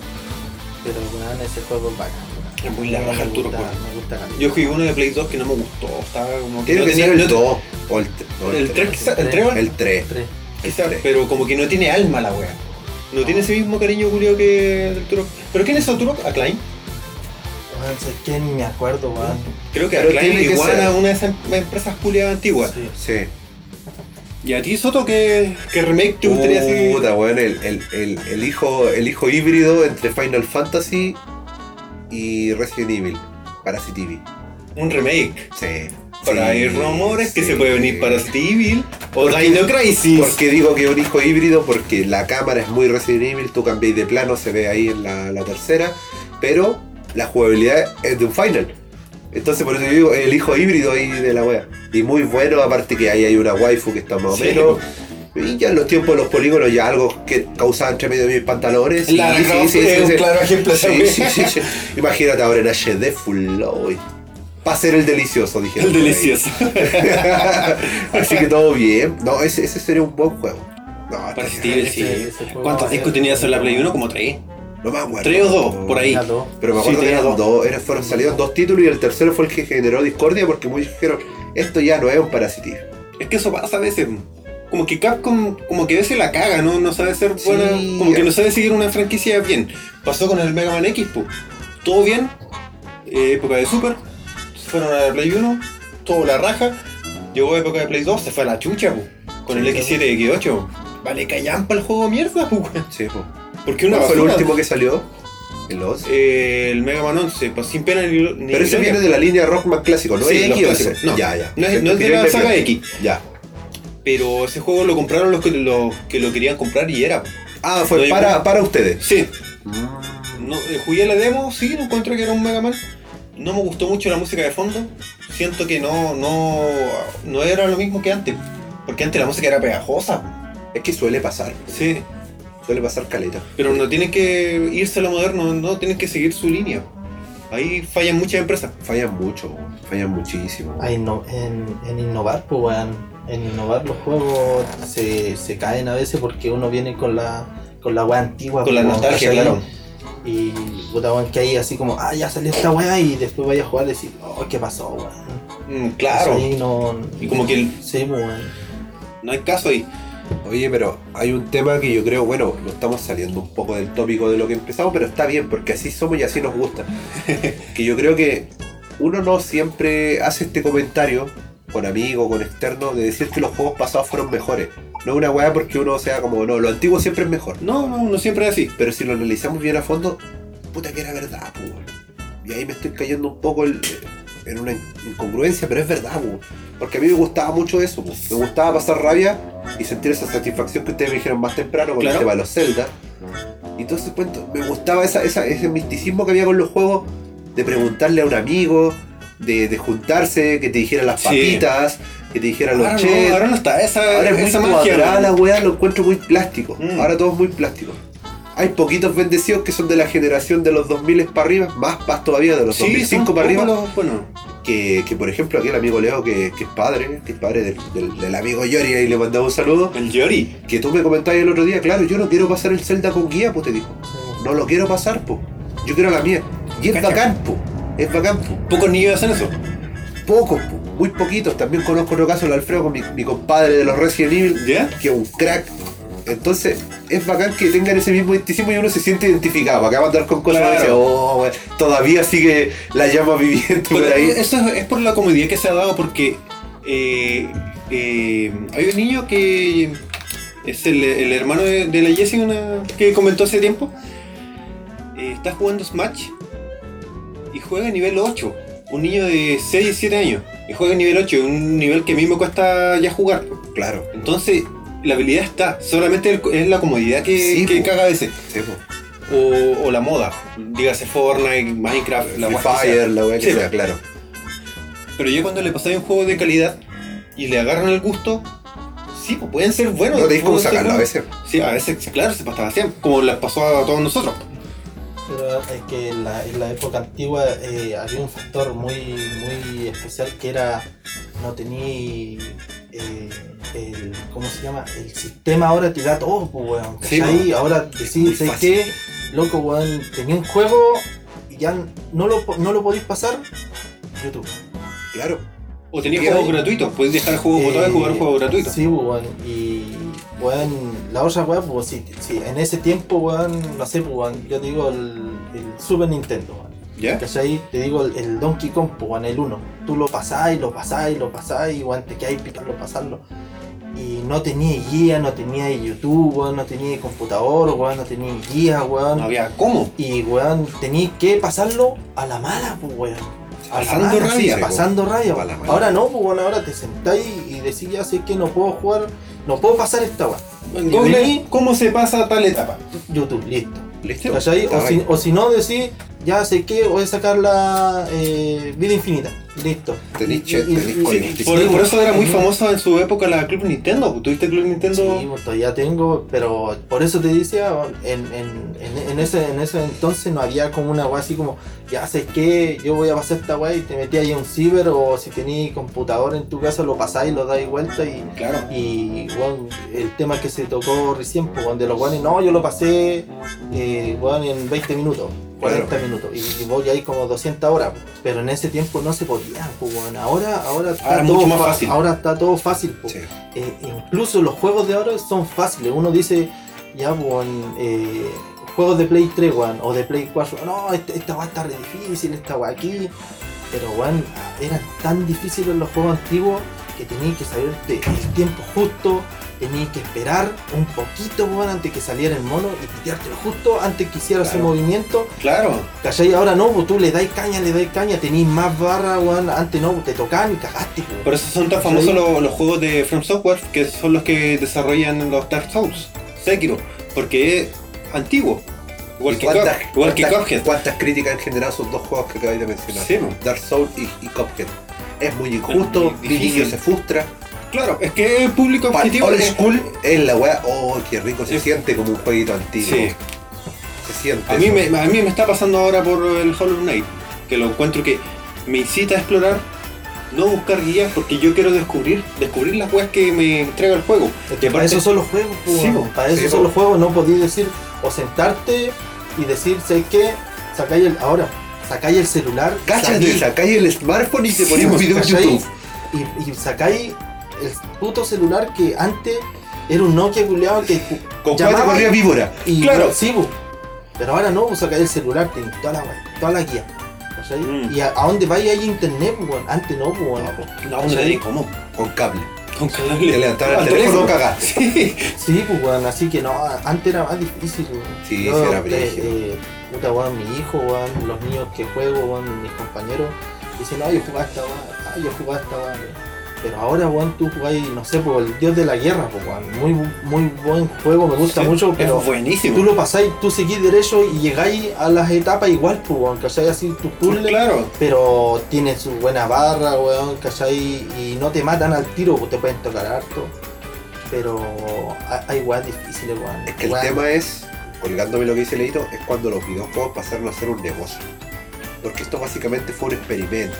Speaker 5: Pero weón, ese juego es bacán, weón.
Speaker 1: Es muy la raja
Speaker 5: me
Speaker 1: el turco,
Speaker 5: gusta,
Speaker 1: weón.
Speaker 5: me gusta caleta.
Speaker 1: Yo jugué uno de Play 2 que no me gustó. Estaba como que.
Speaker 2: Tiene
Speaker 1: no
Speaker 2: que
Speaker 1: tenía-
Speaker 2: ser el
Speaker 1: no-
Speaker 2: 2 o el 3.
Speaker 1: El 3 quizás. El
Speaker 5: El
Speaker 1: 3
Speaker 5: tres.
Speaker 2: El 3.
Speaker 5: Tres.
Speaker 1: quizás, pero como que no tiene alma la wea. No tiene ese mismo cariño culiao que del Turok. ¿Pero quién es el Turok? ¿A Klein?
Speaker 5: Weón, sé que ni me acuerdo, weón.
Speaker 1: Creo que a
Speaker 2: Pero
Speaker 1: Klein
Speaker 2: tiene que
Speaker 1: igual
Speaker 2: ser.
Speaker 1: a una de esas empresas culiadas antiguas.
Speaker 5: Sí.
Speaker 2: Sí.
Speaker 1: ¿Y a ti, Soto, qué, qué remake te gustaría hacer?
Speaker 2: Puta, weón, el, el, el, el hijo, el hijo híbrido entre Final Fantasy y Resident Evil. Parasite Evil.
Speaker 1: Un remake.
Speaker 2: Sí.
Speaker 1: Por ahí hay
Speaker 2: Sí,
Speaker 1: rumores que
Speaker 2: sí.
Speaker 1: se puede venir para Steve Evil o
Speaker 2: Porque-
Speaker 1: Dino Crisis.
Speaker 2: ¿Por qué digo que un hijo híbrido? Porque la cámara es muy Resident Evil, tú cambiáis de plano, se ve ahí en la, la tercera, pero la jugabilidad es de un final. Entonces por eso yo digo, el hijo híbrido ahí de la wea. Y muy bueno, aparte que ahí hay una waifu que está más o
Speaker 1: Sí. pues.
Speaker 2: menos. Y ya en los tiempos de los polígonos ya algo que causaba entre medio de mis pantalones.
Speaker 1: La
Speaker 2: Sí, sí,
Speaker 1: Croft
Speaker 2: sí,
Speaker 1: es
Speaker 2: sí,
Speaker 1: un
Speaker 2: sí.
Speaker 1: claro ejemplo de esa
Speaker 2: Sí,
Speaker 1: wea.
Speaker 2: sí, sí, sí. Imagínate ahora en HD full hoy. Va a ser el delicioso, dije.
Speaker 1: El delicioso.
Speaker 2: Así que todo bien. No, ese, ese sería un buen juego. No,
Speaker 1: Para
Speaker 2: este-
Speaker 1: Steve Evil, sí.
Speaker 5: Ese- ese juego va
Speaker 1: ¿Cuántos
Speaker 5: a
Speaker 1: discos
Speaker 5: ser-
Speaker 1: tenías en la Play 1? Como tres.
Speaker 2: no me acuerdo.
Speaker 1: Tres o dos, por ahí.
Speaker 5: Era dos.
Speaker 2: Pero
Speaker 1: Sí,
Speaker 2: me acuerdo que
Speaker 1: tenía
Speaker 2: eran
Speaker 1: dos.
Speaker 2: dos. Eran, fueron, salieron dos títulos y el tercero fue el que generó discordia porque muchos dijeron, esto ya no es un parasitismo.
Speaker 1: Es que eso pasa a veces. Como que Capcom, como que a veces la caga, ¿no? No sabe ser buena.
Speaker 2: Sí.
Speaker 1: Como que no sabe seguir una franquicia bien. Pasó con el Mega Man X, po. Todo bien. eh, época de Super. Se fueron a la Play 1. Todo la raja. Llegó época de Play 2. Se fue a la chucha, po. Con el X7 y X8. po. Vale, callampa el juego de mierda, po.
Speaker 2: Sí, po.
Speaker 1: Porque una
Speaker 2: ¿Cuál fue el
Speaker 1: basura.
Speaker 2: último que salió? El 2.
Speaker 1: Eh, el Mega Man 11, pues sin pena ni, ni
Speaker 2: Pero ese
Speaker 1: gloria.
Speaker 2: viene de la línea Rockman clásico, no
Speaker 1: Sí,
Speaker 2: es
Speaker 1: los
Speaker 2: X o
Speaker 1: clásicos.
Speaker 2: ese?
Speaker 1: No.
Speaker 2: Ya, ya.
Speaker 1: No es- no es de
Speaker 2: Yo
Speaker 1: la
Speaker 2: me
Speaker 1: saga
Speaker 2: perdí.
Speaker 1: X.
Speaker 2: Ya.
Speaker 1: Pero ese juego lo compraron los que, los que lo querían comprar y era.
Speaker 2: Ah,
Speaker 1: No
Speaker 2: fue
Speaker 1: hay
Speaker 2: para,
Speaker 1: ningún-
Speaker 2: para ustedes.
Speaker 1: Sí, no, eh, jugué la demo, sí, no encontré que era un Mega Man. No me gustó mucho la música de fondo. Siento que no, no, no era lo mismo que antes. Porque antes la música era pegajosa.
Speaker 2: Es que suele pasar.
Speaker 1: Sí,
Speaker 2: Suele pasar caleta.
Speaker 1: pero no tienen que irse a lo moderno, no tienen que seguir su línea. Ahí fallan muchas empresas.
Speaker 2: Fallan mucho, weón. fallan muchísimo. weón.
Speaker 5: a inno- en, en innovar, pues weón. En innovar los juegos se, se caen a veces porque uno viene con la con la weá antigua.
Speaker 1: Con la
Speaker 5: pues,
Speaker 1: nostalgia,
Speaker 5: ¿cachai?
Speaker 1: claro.
Speaker 5: Y puta weón que ahí así como, ah, ya salió esta weá y después vaya a jugar y decir, oh, ¿qué pasó, weón?
Speaker 1: Mm, claro.
Speaker 5: Ahí no,
Speaker 1: Y como que el-
Speaker 5: Sí, pues, weón.
Speaker 1: No hay caso ahí.
Speaker 2: Oye, pero hay un tema que yo creo, bueno, no estamos saliendo un poco del tópico de lo que empezamos, pero está bien, porque así somos y así nos gusta. que yo creo que uno no siempre hace este comentario con amigos, con externos, de decir que los juegos pasados fueron mejores. No es una weá porque uno sea como, no, lo antiguo siempre es mejor.
Speaker 1: No, no, no siempre es así.
Speaker 2: Pero si lo analizamos bien a fondo, puta que era verdad, pues. Y ahí me estoy cayendo un poco el- en una incongruencia, pero es verdad, pues. Porque a mí me gustaba mucho eso, po. Me gustaba pasar rabia y sentir esa satisfacción que ustedes me dijeron más temprano con
Speaker 1: Claro.
Speaker 2: el tema de los Zelda. Y entonces, cuento, me gustaba esa, esa- ese misticismo que había con los juegos de preguntarle a un amigo, de, de juntarse, que te dijeran las
Speaker 1: Sí.
Speaker 2: papitas, que te dijeran los
Speaker 1: Ahora no,
Speaker 2: chets.
Speaker 1: ahora no está esa,
Speaker 2: Ahora es
Speaker 1: esa
Speaker 2: muy
Speaker 1: magia.
Speaker 2: cuadrada
Speaker 1: ¿no?
Speaker 2: la weá, lo encuentro muy plástico.
Speaker 1: Mm.
Speaker 2: Ahora todo es muy plástico. Hay poquitos bendecidos que son de la generación de los 2000 para arriba, más más todavía de los
Speaker 1: Sí,
Speaker 2: 2005
Speaker 1: son
Speaker 2: para arriba,
Speaker 1: poco los- bueno,
Speaker 2: que, que, por ejemplo aquí el amigo Leo, que, que es padre, que es padre del, del- del amigo Yori, ahí le mandamos un saludo,
Speaker 1: el Yori.
Speaker 2: que tú me comentabas el otro día, claro, yo no quiero pasar el Zelda con guía, pues te dijo, no lo quiero pasar, pues, yo quiero la mía. Y es
Speaker 1: Cacha.
Speaker 2: bacán, pues, es bacán, pues
Speaker 1: Pocos niños hacen eso.
Speaker 2: pocos, po, muy poquitos. También conozco otro caso, el Alfredo, con mi, mi compadre de los Resident Evil,
Speaker 1: ¿Ya?
Speaker 2: que es un crack. Entonces, es bacán que tengan ese mismo identicismo y uno se siente identificado. Acá andar con cosas
Speaker 1: Claro.
Speaker 2: y dice, oh, wey, todavía sigue la llama viviente por
Speaker 1: Pero
Speaker 2: ahí.
Speaker 1: eso es, es por la comodidad que se ha dado porque eh, eh, hay un niño que es el, el hermano de, de la Jessie una, que comentó hace tiempo. eh, está jugando Smash y juega a nivel 8. un niño de 6, 7 años y juega en nivel 8, un nivel que a mí me cuesta ya jugar.
Speaker 2: Claro.
Speaker 1: Entonces, la habilidad está, solamente el- es la comodidad que,
Speaker 2: Sí,
Speaker 1: que
Speaker 2: po.
Speaker 1: caga a veces.
Speaker 2: Sí, po.
Speaker 1: O, o la moda, dígase Fortnite, Minecraft, la guay
Speaker 2: Free
Speaker 1: que sea.
Speaker 2: Fire, la weá que
Speaker 1: Sí,
Speaker 2: sea,
Speaker 1: po.
Speaker 2: claro.
Speaker 1: Pero ya cuando le pasáis un juego de calidad y le agarran el gusto, sí, pues pueden ser buenos.
Speaker 2: No tenéis cómo
Speaker 1: pueden ser
Speaker 2: sacarlo a
Speaker 1: buenos.
Speaker 2: veces.
Speaker 1: Sí, a veces, claro, se pasaba siempre, como les pasó a todos nosotros.
Speaker 3: Pero es que en la, en la época antigua eh, había un factor muy, muy especial que era no tenía eh, el ¿cómo se llama? el sistema ahora te da todo, pues weón.
Speaker 1: Sí,
Speaker 3: ¿cachai?
Speaker 1: weón.
Speaker 3: ahora
Speaker 1: muy
Speaker 3: decís, ¿sabes
Speaker 1: fácil.
Speaker 3: qué? Loco weón, tenía un juego y ya no lo po- no lo podéis pasar, YouTube.
Speaker 2: Claro.
Speaker 1: O tenía
Speaker 2: Sí,
Speaker 1: juegos
Speaker 2: ahí.
Speaker 1: gratuitos, puedes dejar juegos
Speaker 3: Eh,
Speaker 1: botados y Uh, pues jugar juegos gratuitos.
Speaker 3: Sí, pues, weón. Y, weón, la otra weón, pues, sí, sí, en ese tiempo, weón, no sé, pues, weón, yo digo el, el Super Nintendo, weón.
Speaker 1: ¿Ya?
Speaker 3: ¿Cachai? Te digo el, el Donkey Kong, pues, weón, el 1. Tú lo pasás, lo pasás, lo pasás, y weón, te quedáis picarlo, pasarlo. Y no tenía guía, no tenía YouTube, weón, no tenía computador, weón, no tenía guía, weón.
Speaker 1: No había cómo.
Speaker 3: Y, weón, tenía que pasarlo a la mala, pues, weón. A la
Speaker 1: Pasando
Speaker 3: mala, sí,
Speaker 1: rabia.
Speaker 3: pasando rabia.
Speaker 2: A la mala.
Speaker 3: Ahora no, pues bueno, ahora te sentáis y decís ya sé que no puedo jugar, no puedo pasar esta weá.
Speaker 1: En Google, ¿cómo se pasa tal etapa?
Speaker 3: YouTube, listo.
Speaker 2: ¿Listo?
Speaker 3: ¿Cachai? O
Speaker 2: Estaba
Speaker 3: si,
Speaker 2: ahí.
Speaker 3: o si no decís, ya sé que voy a sacar la eh, vida infinita. Listo.
Speaker 2: Tenéis
Speaker 3: Y-
Speaker 2: chat,
Speaker 3: y-
Speaker 2: tenéis
Speaker 3: y-
Speaker 2: colectivo.
Speaker 1: Por, por eso era muy
Speaker 3: Ujú.
Speaker 1: famosa en su época la Club Nintendo. ¿pues? ¿Tuviste Club
Speaker 3: Sí,
Speaker 1: Nintendo?
Speaker 3: pues, todavía tengo, pero por eso te decía, en, en, en- en ese, en ese entonces no había como una weá así como, ya sé que yo voy a pasar esta weá y te metí ahí a un ciber o si tenías computador en tu casa lo pasáis, lo dais vuelta y
Speaker 1: Claro.
Speaker 3: Y weón, el tema que se tocó recién, pues, weón, de los guanes, no, yo lo pasé eh, weón, en 20 minutos, 40 minutos, y, y voy ahí como 200 horas. pues. Pero en ese tiempo no se podía, pues, weón. ahora, ahora, está
Speaker 1: Ahora es
Speaker 3: todo
Speaker 1: mucho más
Speaker 3: fa-
Speaker 1: fácil.
Speaker 3: Ahora está todo fácil. pues.
Speaker 2: Sí.
Speaker 3: Eh, incluso los juegos de ahora son fáciles. Uno dice, ya, pues, weón, eh, juegos de Play 3, weón, o de Play 4, no, este- esta weá está re difícil, esta weá aquí. Pero, weón, eran tan difíciles los juegos antiguos que tenías que saberte el tiempo justo, tenías que esperar un poquito, weón, antes que saliera el mono y piteártelo justo antes que hiciera ese
Speaker 1: Claro.
Speaker 3: movimiento.
Speaker 1: Claro.
Speaker 3: ¿Cachai? Ahora no, pues tú le dais caña, le dais caña, tenéis más barra, weón. Antes no, pues, te tocaban y cagaste, pues.
Speaker 1: Por eso son tan famosos los, los juegos de From Software, que son los que desarrollan los Dark Souls, Sekiro, porque es antiguo. Igual
Speaker 2: ¿Y
Speaker 1: que,
Speaker 2: cuántas-
Speaker 1: Cup- igual que
Speaker 2: cuántas-
Speaker 1: Cuphead.
Speaker 2: ¿Cuántas críticas han generado esos dos juegos que acabáis de mencionar?
Speaker 1: Sí, po.
Speaker 2: Dark Souls y, y Cuphead. Es muy injusto,
Speaker 1: Es
Speaker 2: mi
Speaker 1: difícil.
Speaker 2: niño se frustra.
Speaker 1: Claro, es que el público
Speaker 2: Para
Speaker 1: objetivo
Speaker 2: old
Speaker 1: es-
Speaker 2: school eh, es la weá, oh, qué rico se
Speaker 1: Sí.
Speaker 2: siente como un jueguito antiguo.
Speaker 1: Sí.
Speaker 2: Se siente.
Speaker 1: A mí,
Speaker 2: eso.
Speaker 1: me, a mí me está pasando ahora por el Hollow Knight, que lo encuentro que me incita a explorar, no buscar guías, porque yo quiero descubrir, descubrir las weas que me entrega el juego.
Speaker 3: Es
Speaker 1: Y
Speaker 3: que para
Speaker 1: aparte-
Speaker 3: eso son los juegos, po,
Speaker 1: Sí,
Speaker 3: weón.
Speaker 1: po.
Speaker 3: para eso
Speaker 2: Sí,
Speaker 3: son
Speaker 2: po.
Speaker 3: los juegos, no podéis decir o sentarte y decir, ¿sabes qué? Sacáis el, ahora, sacáis el celular,
Speaker 2: Cáchate,
Speaker 3: salí,
Speaker 2: sacáis el smartphone y te
Speaker 1: Sí,
Speaker 2: pones un
Speaker 1: pues,
Speaker 2: video en
Speaker 3: ¿cachai?
Speaker 2: YouTube.
Speaker 3: y, y sacáis el puto celular que antes era un Nokia culeado que
Speaker 2: Con cuatro
Speaker 3: Llamaba-
Speaker 2: corría víbora.
Speaker 3: y
Speaker 1: Claro.
Speaker 3: sí, po. pero ahora no, vos sacáis el celular, tenéis toda la wea, toda la guía. ¿cachai?
Speaker 1: Mm.
Speaker 3: Y a, a dónde vais hay internet, po, weón. antes no, po, weón.
Speaker 1: No, no sé cómo.
Speaker 2: Con cable.
Speaker 1: Con
Speaker 2: Te
Speaker 1: cable.
Speaker 2: levantaron
Speaker 1: Al
Speaker 2: el teléfono,
Speaker 1: teléfono.
Speaker 2: cagaste.
Speaker 1: Sí.
Speaker 3: Sí, pues, weón, así que no, antes era más difícil, weón.
Speaker 2: Sí,
Speaker 3: Yo,
Speaker 2: sí, era
Speaker 3: eh,
Speaker 2: brígido.
Speaker 3: eh, puta, weón, mi hijo, weón, los niños que juego, weón, mis compañeros, dicen, no, yo jugaba esta, weón, ah, yo jugaba esta, weón. Pero ahora, weón, tú jugáis, no sé, por el dios de la guerra, pues, weón. Muy, muy buen juego, me gusta mucho, pero
Speaker 1: Es buenísimo.
Speaker 3: tú lo pasáis, tú seguís derecho y llegáis a las etapas igual, pues, weón, ¿cachai? Así tu
Speaker 2: pues,
Speaker 3: puzzle
Speaker 1: Claro.
Speaker 3: pero tiene su buena barra, weón, ¿cachai? Y no te matan al tiro, pues, te pueden tocar harto. Pero ha- hay weas difíciles, weón.
Speaker 2: Es que el
Speaker 3: Weón,
Speaker 2: tema es, colgándome lo que dice Leito, es cuando los videojuegos pasaron a ser un negocio. Porque esto básicamente fue un experimento.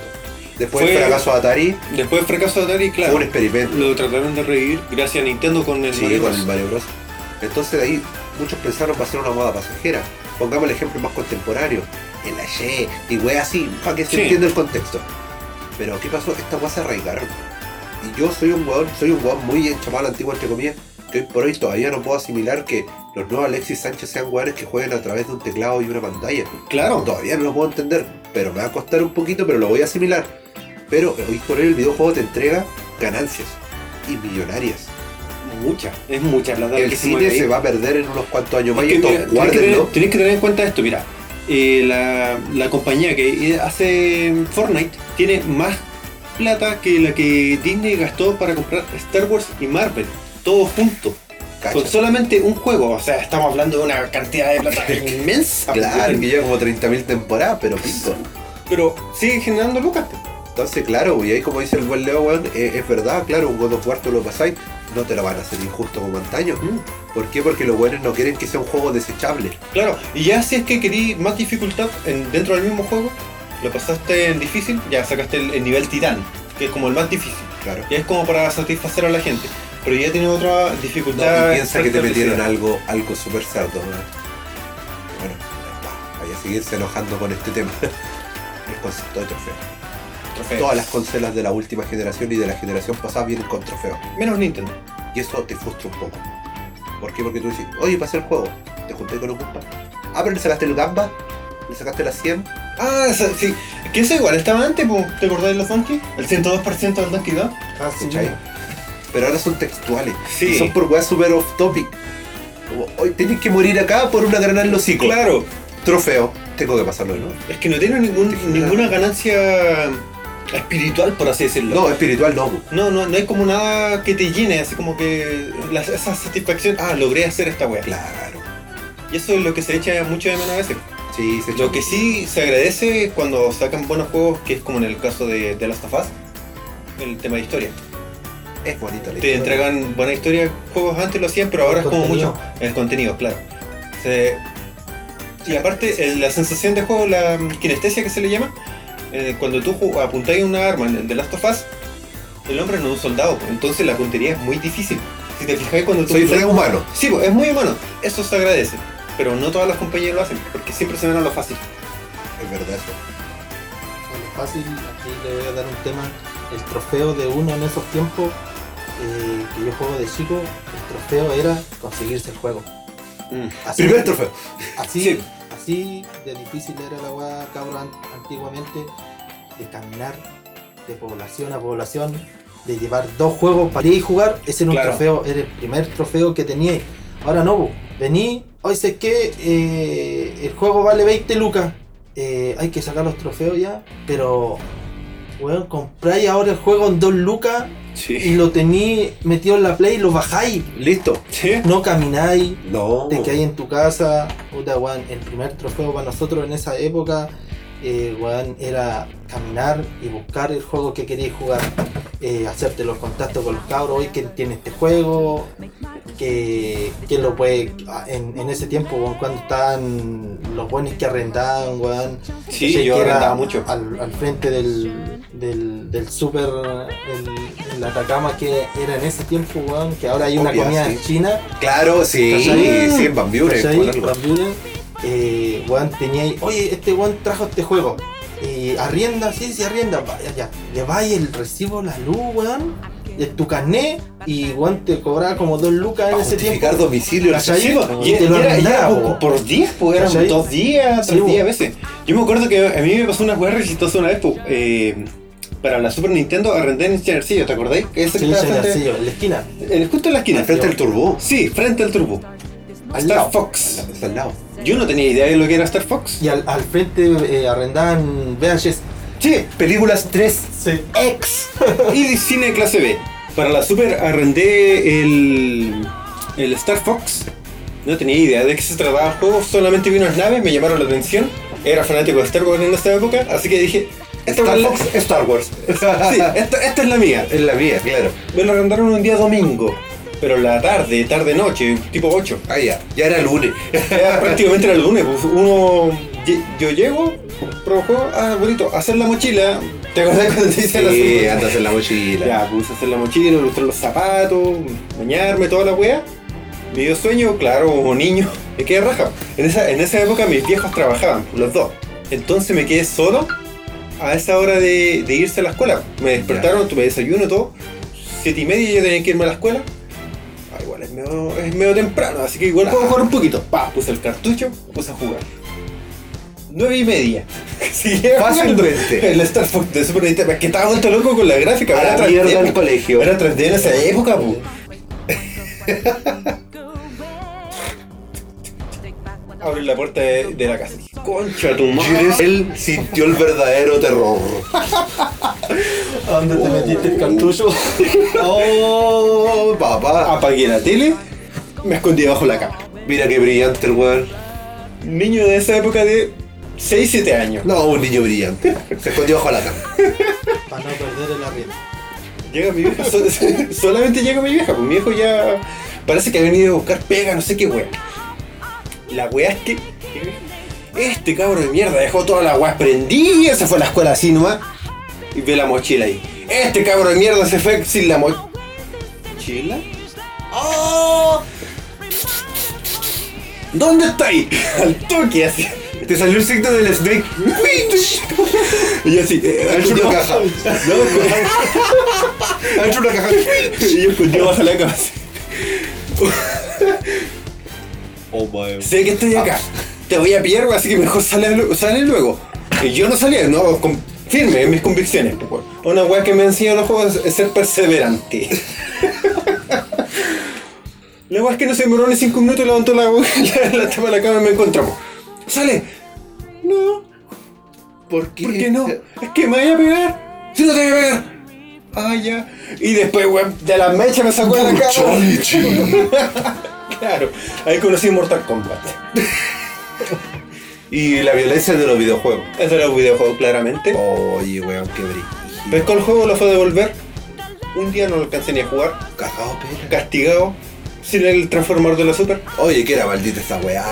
Speaker 2: Después del
Speaker 1: Fue-
Speaker 2: fracaso de Atari,
Speaker 1: Después del fracaso de Atari,
Speaker 2: fue un
Speaker 1: claro.
Speaker 2: experimento.
Speaker 1: Lo trataron de revivir gracias a Nintendo con el
Speaker 2: Sí,
Speaker 1: Mario
Speaker 2: con
Speaker 1: Bros.
Speaker 2: el Mario Bros. Entonces de ahí muchos pensaron va a ser una moda pasajera. Pongamos el ejemplo más contemporáneo. El ayer y wea así, para que se
Speaker 1: Sí.
Speaker 2: entienda el contexto. Pero ¿qué pasó? Estas weas se arraigaron. Y yo soy un weón, soy un weón muy enchamal antiguo entre comillas, que hoy por hoy todavía no puedo asimilar que los nuevos Alexis Sánchez sean weones que jueguen a través de un teclado y una pantalla.
Speaker 1: Claro.
Speaker 2: Todavía no lo puedo entender, pero me va a costar un poquito, pero lo voy a asimilar. Pero hoy por hoy el videojuego te entrega ganancias y millonarias
Speaker 1: Mucha. Es mucha plata. la
Speaker 2: el
Speaker 1: que
Speaker 2: cine
Speaker 1: mueve
Speaker 2: se
Speaker 1: ahí.
Speaker 2: va a perder en unos cuantos años
Speaker 1: Es
Speaker 2: más
Speaker 1: que
Speaker 2: y esto,
Speaker 1: mira, tenés que, tener,
Speaker 2: guárdenlo.
Speaker 1: tenés que tener en cuenta esto, mira. eh, la, la compañía que eh, hace Fortnite tiene más plata que la que Disney gastó para comprar Star Wars y Marvel, todo junto.
Speaker 2: Cacha.
Speaker 1: Con solamente un juego, o sea, estamos hablando de una cantidad de plata inmensa.
Speaker 2: Claro,
Speaker 1: pues,
Speaker 2: que lleva como 30.000 temporadas, pero pinto.
Speaker 1: Pero siguen generando lucas. pues.
Speaker 2: Entonces, claro, güey, ahí como dice el buen Leo, weón, eh, es, verdad, claro, un God of War tú lo pasáis, no te lo van a hacer injusto como antaño.
Speaker 1: Mm.
Speaker 2: ¿Por qué? Porque los buenos no quieren que sea un juego desechable.
Speaker 1: Claro, y ya si es que querí más dificultad en- dentro del mismo juego, lo pasaste en difícil, ya sacaste el, el nivel titán, que es como el más difícil.
Speaker 2: Claro.
Speaker 1: Ya es como para satisfacer a la gente. Pero ya tiene otra
Speaker 2: No,
Speaker 1: dificultad.
Speaker 2: y piensa que te metieron
Speaker 1: algo.
Speaker 2: algo, algo súper cerdo, weón. Bueno, va, vaya a seguirse enojando con este tema. El concepto de trofeo. Todas las consolas de la última generación y de la generación pasada vienen con trofeos.
Speaker 1: Menos Nintendo.
Speaker 2: Y eso te frustra un poco. ¿Por qué? Porque tú decís, oye, pasé el juego, te junté con un compa. Ah, pero le sacaste el gamba, le sacaste la 100,
Speaker 1: Ah, esa- sí. Que eso igual estaba antes, po. ¿te acordás de los Donkey? El 102% del Donkey Kong.
Speaker 2: Ah, ¿cachai? Pero ahora son textuales.
Speaker 1: Sí.
Speaker 2: Y son por weas super off topic. Como, hoy tenés que morir acá por una granada en los hocicos.
Speaker 1: Claro.
Speaker 2: Trofeo. Tengo que pasarlo, ¿no?
Speaker 1: Es que no tiene ningún-
Speaker 2: Claro.
Speaker 1: ninguna ganancia espiritual, por así decirlo.
Speaker 2: No, espiritual no. pues.
Speaker 1: No, no, no hay como nada que te llene, así como que la- esa satisfacción, ah, logré hacer esta weá.
Speaker 2: Claro.
Speaker 1: Y eso es lo que se echa mucho de menos a veces.
Speaker 2: Sí, se
Speaker 1: Lo que sí se agradece es cuando sacan buenos juegos, que es como en el caso de The Last of Us, el tema de historia.
Speaker 2: es bonito. la
Speaker 1: Te
Speaker 2: historia.
Speaker 1: entregan buena historia, juegos antes lo hacían, pero ahora es como
Speaker 3: Contenido.
Speaker 1: mucho el contenido, claro. Se- y aparte, el- la sensación de juego, la mm, kinestesia que se le llama, eh, cuando tú ju- apuntáis una arma en el The Last of Us, el hombre no es un soldado, pues, entonces la puntería es muy difícil. Si te fijáis cuando tú
Speaker 2: Soy
Speaker 1: apuntáis-
Speaker 2: re humano.
Speaker 1: Sí, pues, es muy humano, eso se agradece, pero no todas las compañías lo hacen, porque siempre se ven a lo fácil.
Speaker 2: Es verdad eso.
Speaker 3: Bueno, fácil, aquí le voy a dar un tema. El trofeo de uno en esos tiempos, eh, que yo juego de chico, el trofeo era conseguirse el juego. Así,
Speaker 2: Primer trofeo.
Speaker 3: Así,
Speaker 1: Sí.
Speaker 3: así de difícil era la weá, cabrón, an- antiguamente, de caminar de población a población, de llevar dos juegos para ir y jugar. Ese era un
Speaker 1: Claro.
Speaker 3: trofeo, era el primer trofeo que tenía. Ahora no, po. vení, hoy sé que eh, el juego vale 20 lucas. Eh, hay que sacar los trofeos ya, pero weón, compráis ahora el juego en 2 lucas y
Speaker 1: Sí.
Speaker 3: lo tení metido en la play y lo bajáis.
Speaker 2: Listo.
Speaker 1: Sí.
Speaker 3: No camináis,
Speaker 2: No.
Speaker 3: de que hay en tu casa, puta, weón, el primer trofeo para nosotros en esa época, eh, weón, era caminar y buscar el juego que querías jugar, eh, hacerte los contactos con los cabros, hoy que tiene este juego, que, que lo puede, ah, en, en ese tiempo, weón, cuando estaban los buenos que arrendaban, weón,
Speaker 1: Sí,
Speaker 3: sé
Speaker 1: yo
Speaker 3: que era
Speaker 1: arrendaba mucho.
Speaker 3: Al, al frente del, del, del super, el, el Atacama que era en ese tiempo, weón, que ahora hay una
Speaker 2: Obvio,
Speaker 3: comida
Speaker 2: sí.
Speaker 3: en China.
Speaker 2: Claro, sí.
Speaker 3: ¿Cachai?
Speaker 2: Sí, en Van Buren.
Speaker 3: ¿Cachai?
Speaker 2: por algo.
Speaker 3: Van Buren, Pues eh, weón, tenía ahí, oye, este weón trajo este juego. Eh, arrienda, sí, sí, arrienda, vaya, ya. Le vais el recibo, la luz, weón, de tu carné, y weón te cobraba como dos lucas en
Speaker 2: Para
Speaker 3: ese tiempo.
Speaker 2: justificar domicilio.
Speaker 3: ¿Cachai?
Speaker 1: Sí, po, y,
Speaker 3: Te
Speaker 1: y
Speaker 3: lo
Speaker 1: era, y era
Speaker 3: arrendaba,
Speaker 1: por-
Speaker 3: po.
Speaker 1: por 10, pues eran
Speaker 3: ¿Cachai?
Speaker 1: dos días,
Speaker 3: Sí,
Speaker 1: tres
Speaker 3: po.
Speaker 1: días a veces. Yo me acuerdo que a mí me pasó una weá exitosa una vez, po, eh, para la Super Nintendo arrendé en Chenercillo, ¿te acordáis? Ese que
Speaker 3: Sí,
Speaker 1: estaba
Speaker 3: sí,
Speaker 1: frente-
Speaker 3: sí, en la esquina.
Speaker 1: en- justo en la esquina.
Speaker 2: Al frente del turbo.
Speaker 1: Sí, frente al turbo.
Speaker 3: Al
Speaker 1: Star
Speaker 3: lado.
Speaker 1: Fox.
Speaker 2: Está al lado.
Speaker 1: Yo no tenía idea de lo que era Star Fox.
Speaker 3: Y al, al frente eh, arrendaban VHS.
Speaker 1: Sí,
Speaker 2: Películas 3.
Speaker 3: Sí.
Speaker 1: X y cine clase B. Para la Super arrendé el, el Star Fox. No tenía idea de qué se trataba el juego, solamente vi unas naves, me llamaron la atención. Era fanático de Star Wars en esta época, así que dije, esta
Speaker 2: Star
Speaker 1: es la-
Speaker 2: Fox, Star Wars.
Speaker 1: Sí, esta, esta es la mía.
Speaker 2: Es la mía, claro.
Speaker 1: Me lo arrendaron un día domingo, pero la tarde, tarde noche, tipo 8.
Speaker 2: Ah, ya. Ya era lunes.
Speaker 1: Era prácticamente era el lunes, pues, uno lle- yo llego, pruebo el juego, ah, bonito, hacer la mochila. ¿Te acordás cuando te hice la
Speaker 2: Sí,
Speaker 1: mochila?
Speaker 2: andas en la mochila.
Speaker 1: Ya, puse a hacer la mochila, ilustrar los zapatos, bañarme, toda la wea. Me dio sueño, claro, como niño. Me quedé raja. En esa, en esa época mis viejos trabajaban, los dos. Entonces me quedé solo a esa hora de, de irse a la escuela. Me despertaron, tomé desayuno y todo. Siete y media yo tenía que irme a la escuela. Ah, igual es medio, es medio temprano, así que igual puedo jugar un poquito. Pa, puse el cartucho, puse a jugar. Nueve y media. Seguía jugando.
Speaker 2: Fácilmente.
Speaker 1: El Star Fox de Super Nintendo, es que estaba vuelto loco con la gráfica.
Speaker 2: A
Speaker 1: era
Speaker 2: la
Speaker 1: 3D,
Speaker 2: Ah, mierda
Speaker 1: pues.
Speaker 2: el colegio.
Speaker 1: Era 3D en esa época, pu. abren la puerta de, de la casa. Concha tu madre.
Speaker 2: Jules, él sintió el verdadero terror.
Speaker 5: ¿A dónde te metiste el cartucho?
Speaker 2: ¡Oh, papá!
Speaker 1: Apagué la tele, me escondí bajo la cama.
Speaker 2: Mira qué brillante el weón.
Speaker 1: Niño de esa época de 6, 7 años.
Speaker 2: No, un niño brillante. Se escondió bajo la cama.
Speaker 5: Para no perder el arriendo.
Speaker 1: Llega mi vieja, sol- solamente llega mi vieja, pues mi viejo ya parece que ha venido a buscar pega, no sé qué wea. La wea es que este cabro de mierda dejó todas las weas prendidas, se fue a la escuela así nomás y ve la mochila ahí. Este cabro de mierda se fue sin la mo- mochila. ¡Oh! ¿Dónde está ahí? Al toque así.
Speaker 2: Te salió el signo del snake.
Speaker 1: Y yo así, eh,
Speaker 2: Ha hecho una
Speaker 1: no.
Speaker 2: caja. Ha hecho una caja.
Speaker 1: Y yo escondido bajo la cama así.
Speaker 2: Oh my.
Speaker 1: Sé que estoy acá. Te voy a pillar, güey, así que mejor sale, lu- sale luego. Y yo no salía, no, con- firme en mis convicciones. pues, güey. Una weá que me enseñó los juegos es ser perseverante. la weá es que no se demoró ni 5 minutos y levantó la weá, la, la tapa de la cama y me encontramos. ¡Sale! No,
Speaker 2: ¿Por qué?
Speaker 1: ¿por qué no? Es que me voy a pegar. Si no te voy a pegar. Ah, ya. Y después, weón, de la mecha me sacó de la cama. Claro, ahí conocí Mortal Kombat.
Speaker 2: Y la violencia de los videojuegos.
Speaker 1: Eso era un videojuego, claramente.
Speaker 2: Oye, weón, qué brillo.
Speaker 1: Ves con el juego lo fue a devolver. Un día no lo alcancé ni a jugar.
Speaker 2: Cagado, pela.
Speaker 1: Castigado. Sin el transformador de la super.
Speaker 2: Oye, que era maldita esta weá.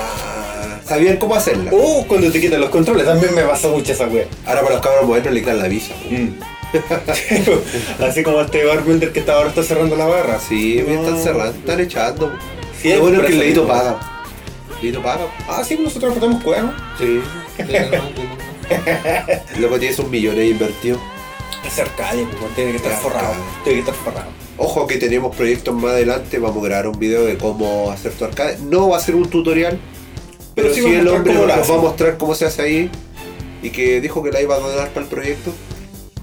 Speaker 2: Sabían cómo hacerla.
Speaker 1: Oh, cuando te quitan los controles. También me pasó mucho esa wea.
Speaker 2: Ahora para los cabros modernos le quitan la visa. weón.
Speaker 1: Así como este bartender que está ahora está cerrando la barra.
Speaker 2: Sí, me están
Speaker 1: No.
Speaker 2: cerrando, están echando.
Speaker 1: Sí,
Speaker 2: Lo bueno es que el
Speaker 1: pero-
Speaker 2: leito paga. Leito paga.
Speaker 1: Ah, sí, nosotros cortamos cuernos.
Speaker 2: Sí. Luego tienes un millón ahí invertido.
Speaker 1: Es arcade, pues, tiene que estar
Speaker 2: Es
Speaker 1: forrado.
Speaker 2: arcade.
Speaker 1: Tiene que estar forrado.
Speaker 2: Ojo que tenemos proyectos más adelante, vamos a grabar un video de cómo hacer tu arcade. No va a ser un tutorial,
Speaker 1: Pero
Speaker 2: pero,
Speaker 1: sí
Speaker 2: sí,
Speaker 1: vamos a
Speaker 2: el
Speaker 1: mostrar
Speaker 2: hombre
Speaker 1: cómo
Speaker 2: nos
Speaker 1: lo
Speaker 2: va
Speaker 1: hace.
Speaker 2: a mostrar cómo se hace ahí. Y que dijo que la iba a donar para el proyecto.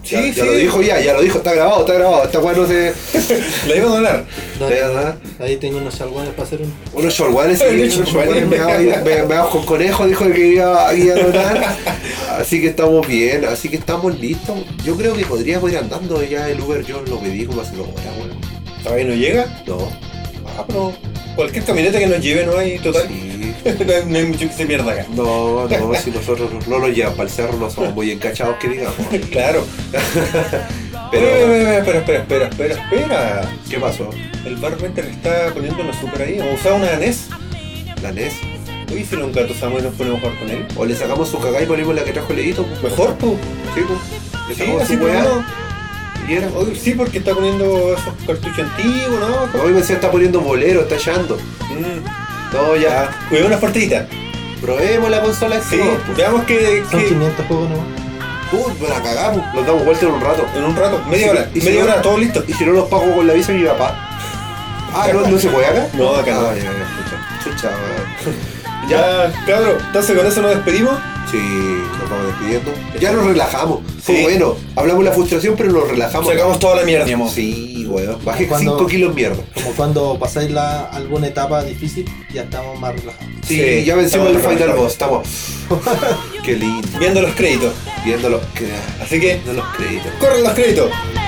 Speaker 1: Sí,
Speaker 2: Ya,
Speaker 1: sí.
Speaker 2: ya lo dijo ya, ya lo dijo, está grabado, está grabado. Esta weá no se.
Speaker 1: La iba a donar.
Speaker 2: ¿De verdad?
Speaker 5: Ahí tengo unos salgones para hacer un.
Speaker 2: Unos shortwanes
Speaker 1: Ay,
Speaker 2: y
Speaker 1: unos
Speaker 2: unos
Speaker 1: shortwanes.
Speaker 2: shortwanes meados- me- meados con conejo, dijo que iba, iba a donar. Así que estamos bien, así que estamos listos. Yo creo que podríamos ir andando ya el Uber, yo lo pedí como hace dos horas, weón.
Speaker 1: Todavía no llega.
Speaker 2: No.
Speaker 1: Ah, pero cualquier camioneta que nos lleve no hay total.
Speaker 2: Sí.
Speaker 1: no hay- no hay mucho que se pierda acá.
Speaker 2: No, no, si nosotros no nos llevamos para el cerro, no somos muy encachados que digamos.
Speaker 1: Claro. Pero...
Speaker 2: Pero,
Speaker 1: espera, espera, espera, espera, espera.
Speaker 2: ¿qué pasó?
Speaker 1: El bartender está poniendo una super ahí. ¿Vamos a usar una NES?
Speaker 2: ¿La NES?
Speaker 1: Hoy si lo encatuzamos y nos ponemos a jugar con él.
Speaker 2: ¿O le sacamos su cagá y ponemos la que trajo el Leito? pues?
Speaker 1: Mejor, pues.
Speaker 2: Sí, pues. Le
Speaker 1: Sí,
Speaker 2: sacamos
Speaker 1: así
Speaker 2: su
Speaker 1: por
Speaker 2: weá
Speaker 1: uno.
Speaker 2: y era.
Speaker 1: Hoy Sí, porque está poniendo esos cartuchos antiguos, ¿no?
Speaker 2: Hoy me decía, está poniendo bolero, está echando.
Speaker 1: Mm.
Speaker 2: No, ya.
Speaker 1: Jugué unas partiditas.
Speaker 2: Probemos la consola
Speaker 1: Sí,
Speaker 2: Xbox. pues.
Speaker 1: veamos que,
Speaker 5: Son
Speaker 1: que
Speaker 5: 500 juegos nomás.
Speaker 2: Uh, pues la cagamos. Nos damos vuelta en un rato.
Speaker 1: en un rato, media
Speaker 2: Sí,
Speaker 1: hora,
Speaker 2: y si
Speaker 1: media
Speaker 2: no-
Speaker 1: hora, todo listo.
Speaker 2: Y si no los pago con la visa de mi papá. Ah, ¿no, no se puede acá?
Speaker 1: No, acá no.
Speaker 2: Ah, ya, ya, chucha. Chucha, weón.
Speaker 1: Ya, cabrón, entonces con eso nos despedimos.
Speaker 2: Sí, nos vamos despidiendo. Ya nos relajamos. Fue
Speaker 1: Sí.
Speaker 2: bueno. Hablamos de la frustración, pero nos relajamos.
Speaker 1: Sacamos toda la mierda, mi amor.
Speaker 2: Sí, weón. Bajé
Speaker 5: Cuando-
Speaker 2: 5 kilos mierda.
Speaker 5: Como cuando pasáis la, alguna etapa difícil, ya estamos más relajados.
Speaker 2: Sí,
Speaker 1: Sí,
Speaker 2: ya vencimos el
Speaker 1: estamos
Speaker 2: final
Speaker 1: relajados.
Speaker 2: boss. Estamos. Qué lindo.
Speaker 1: Viendo los créditos.
Speaker 2: Viendo los, cre-
Speaker 1: Así que,
Speaker 2: viendo los créditos.
Speaker 1: corren los créditos.
Speaker 6: Remember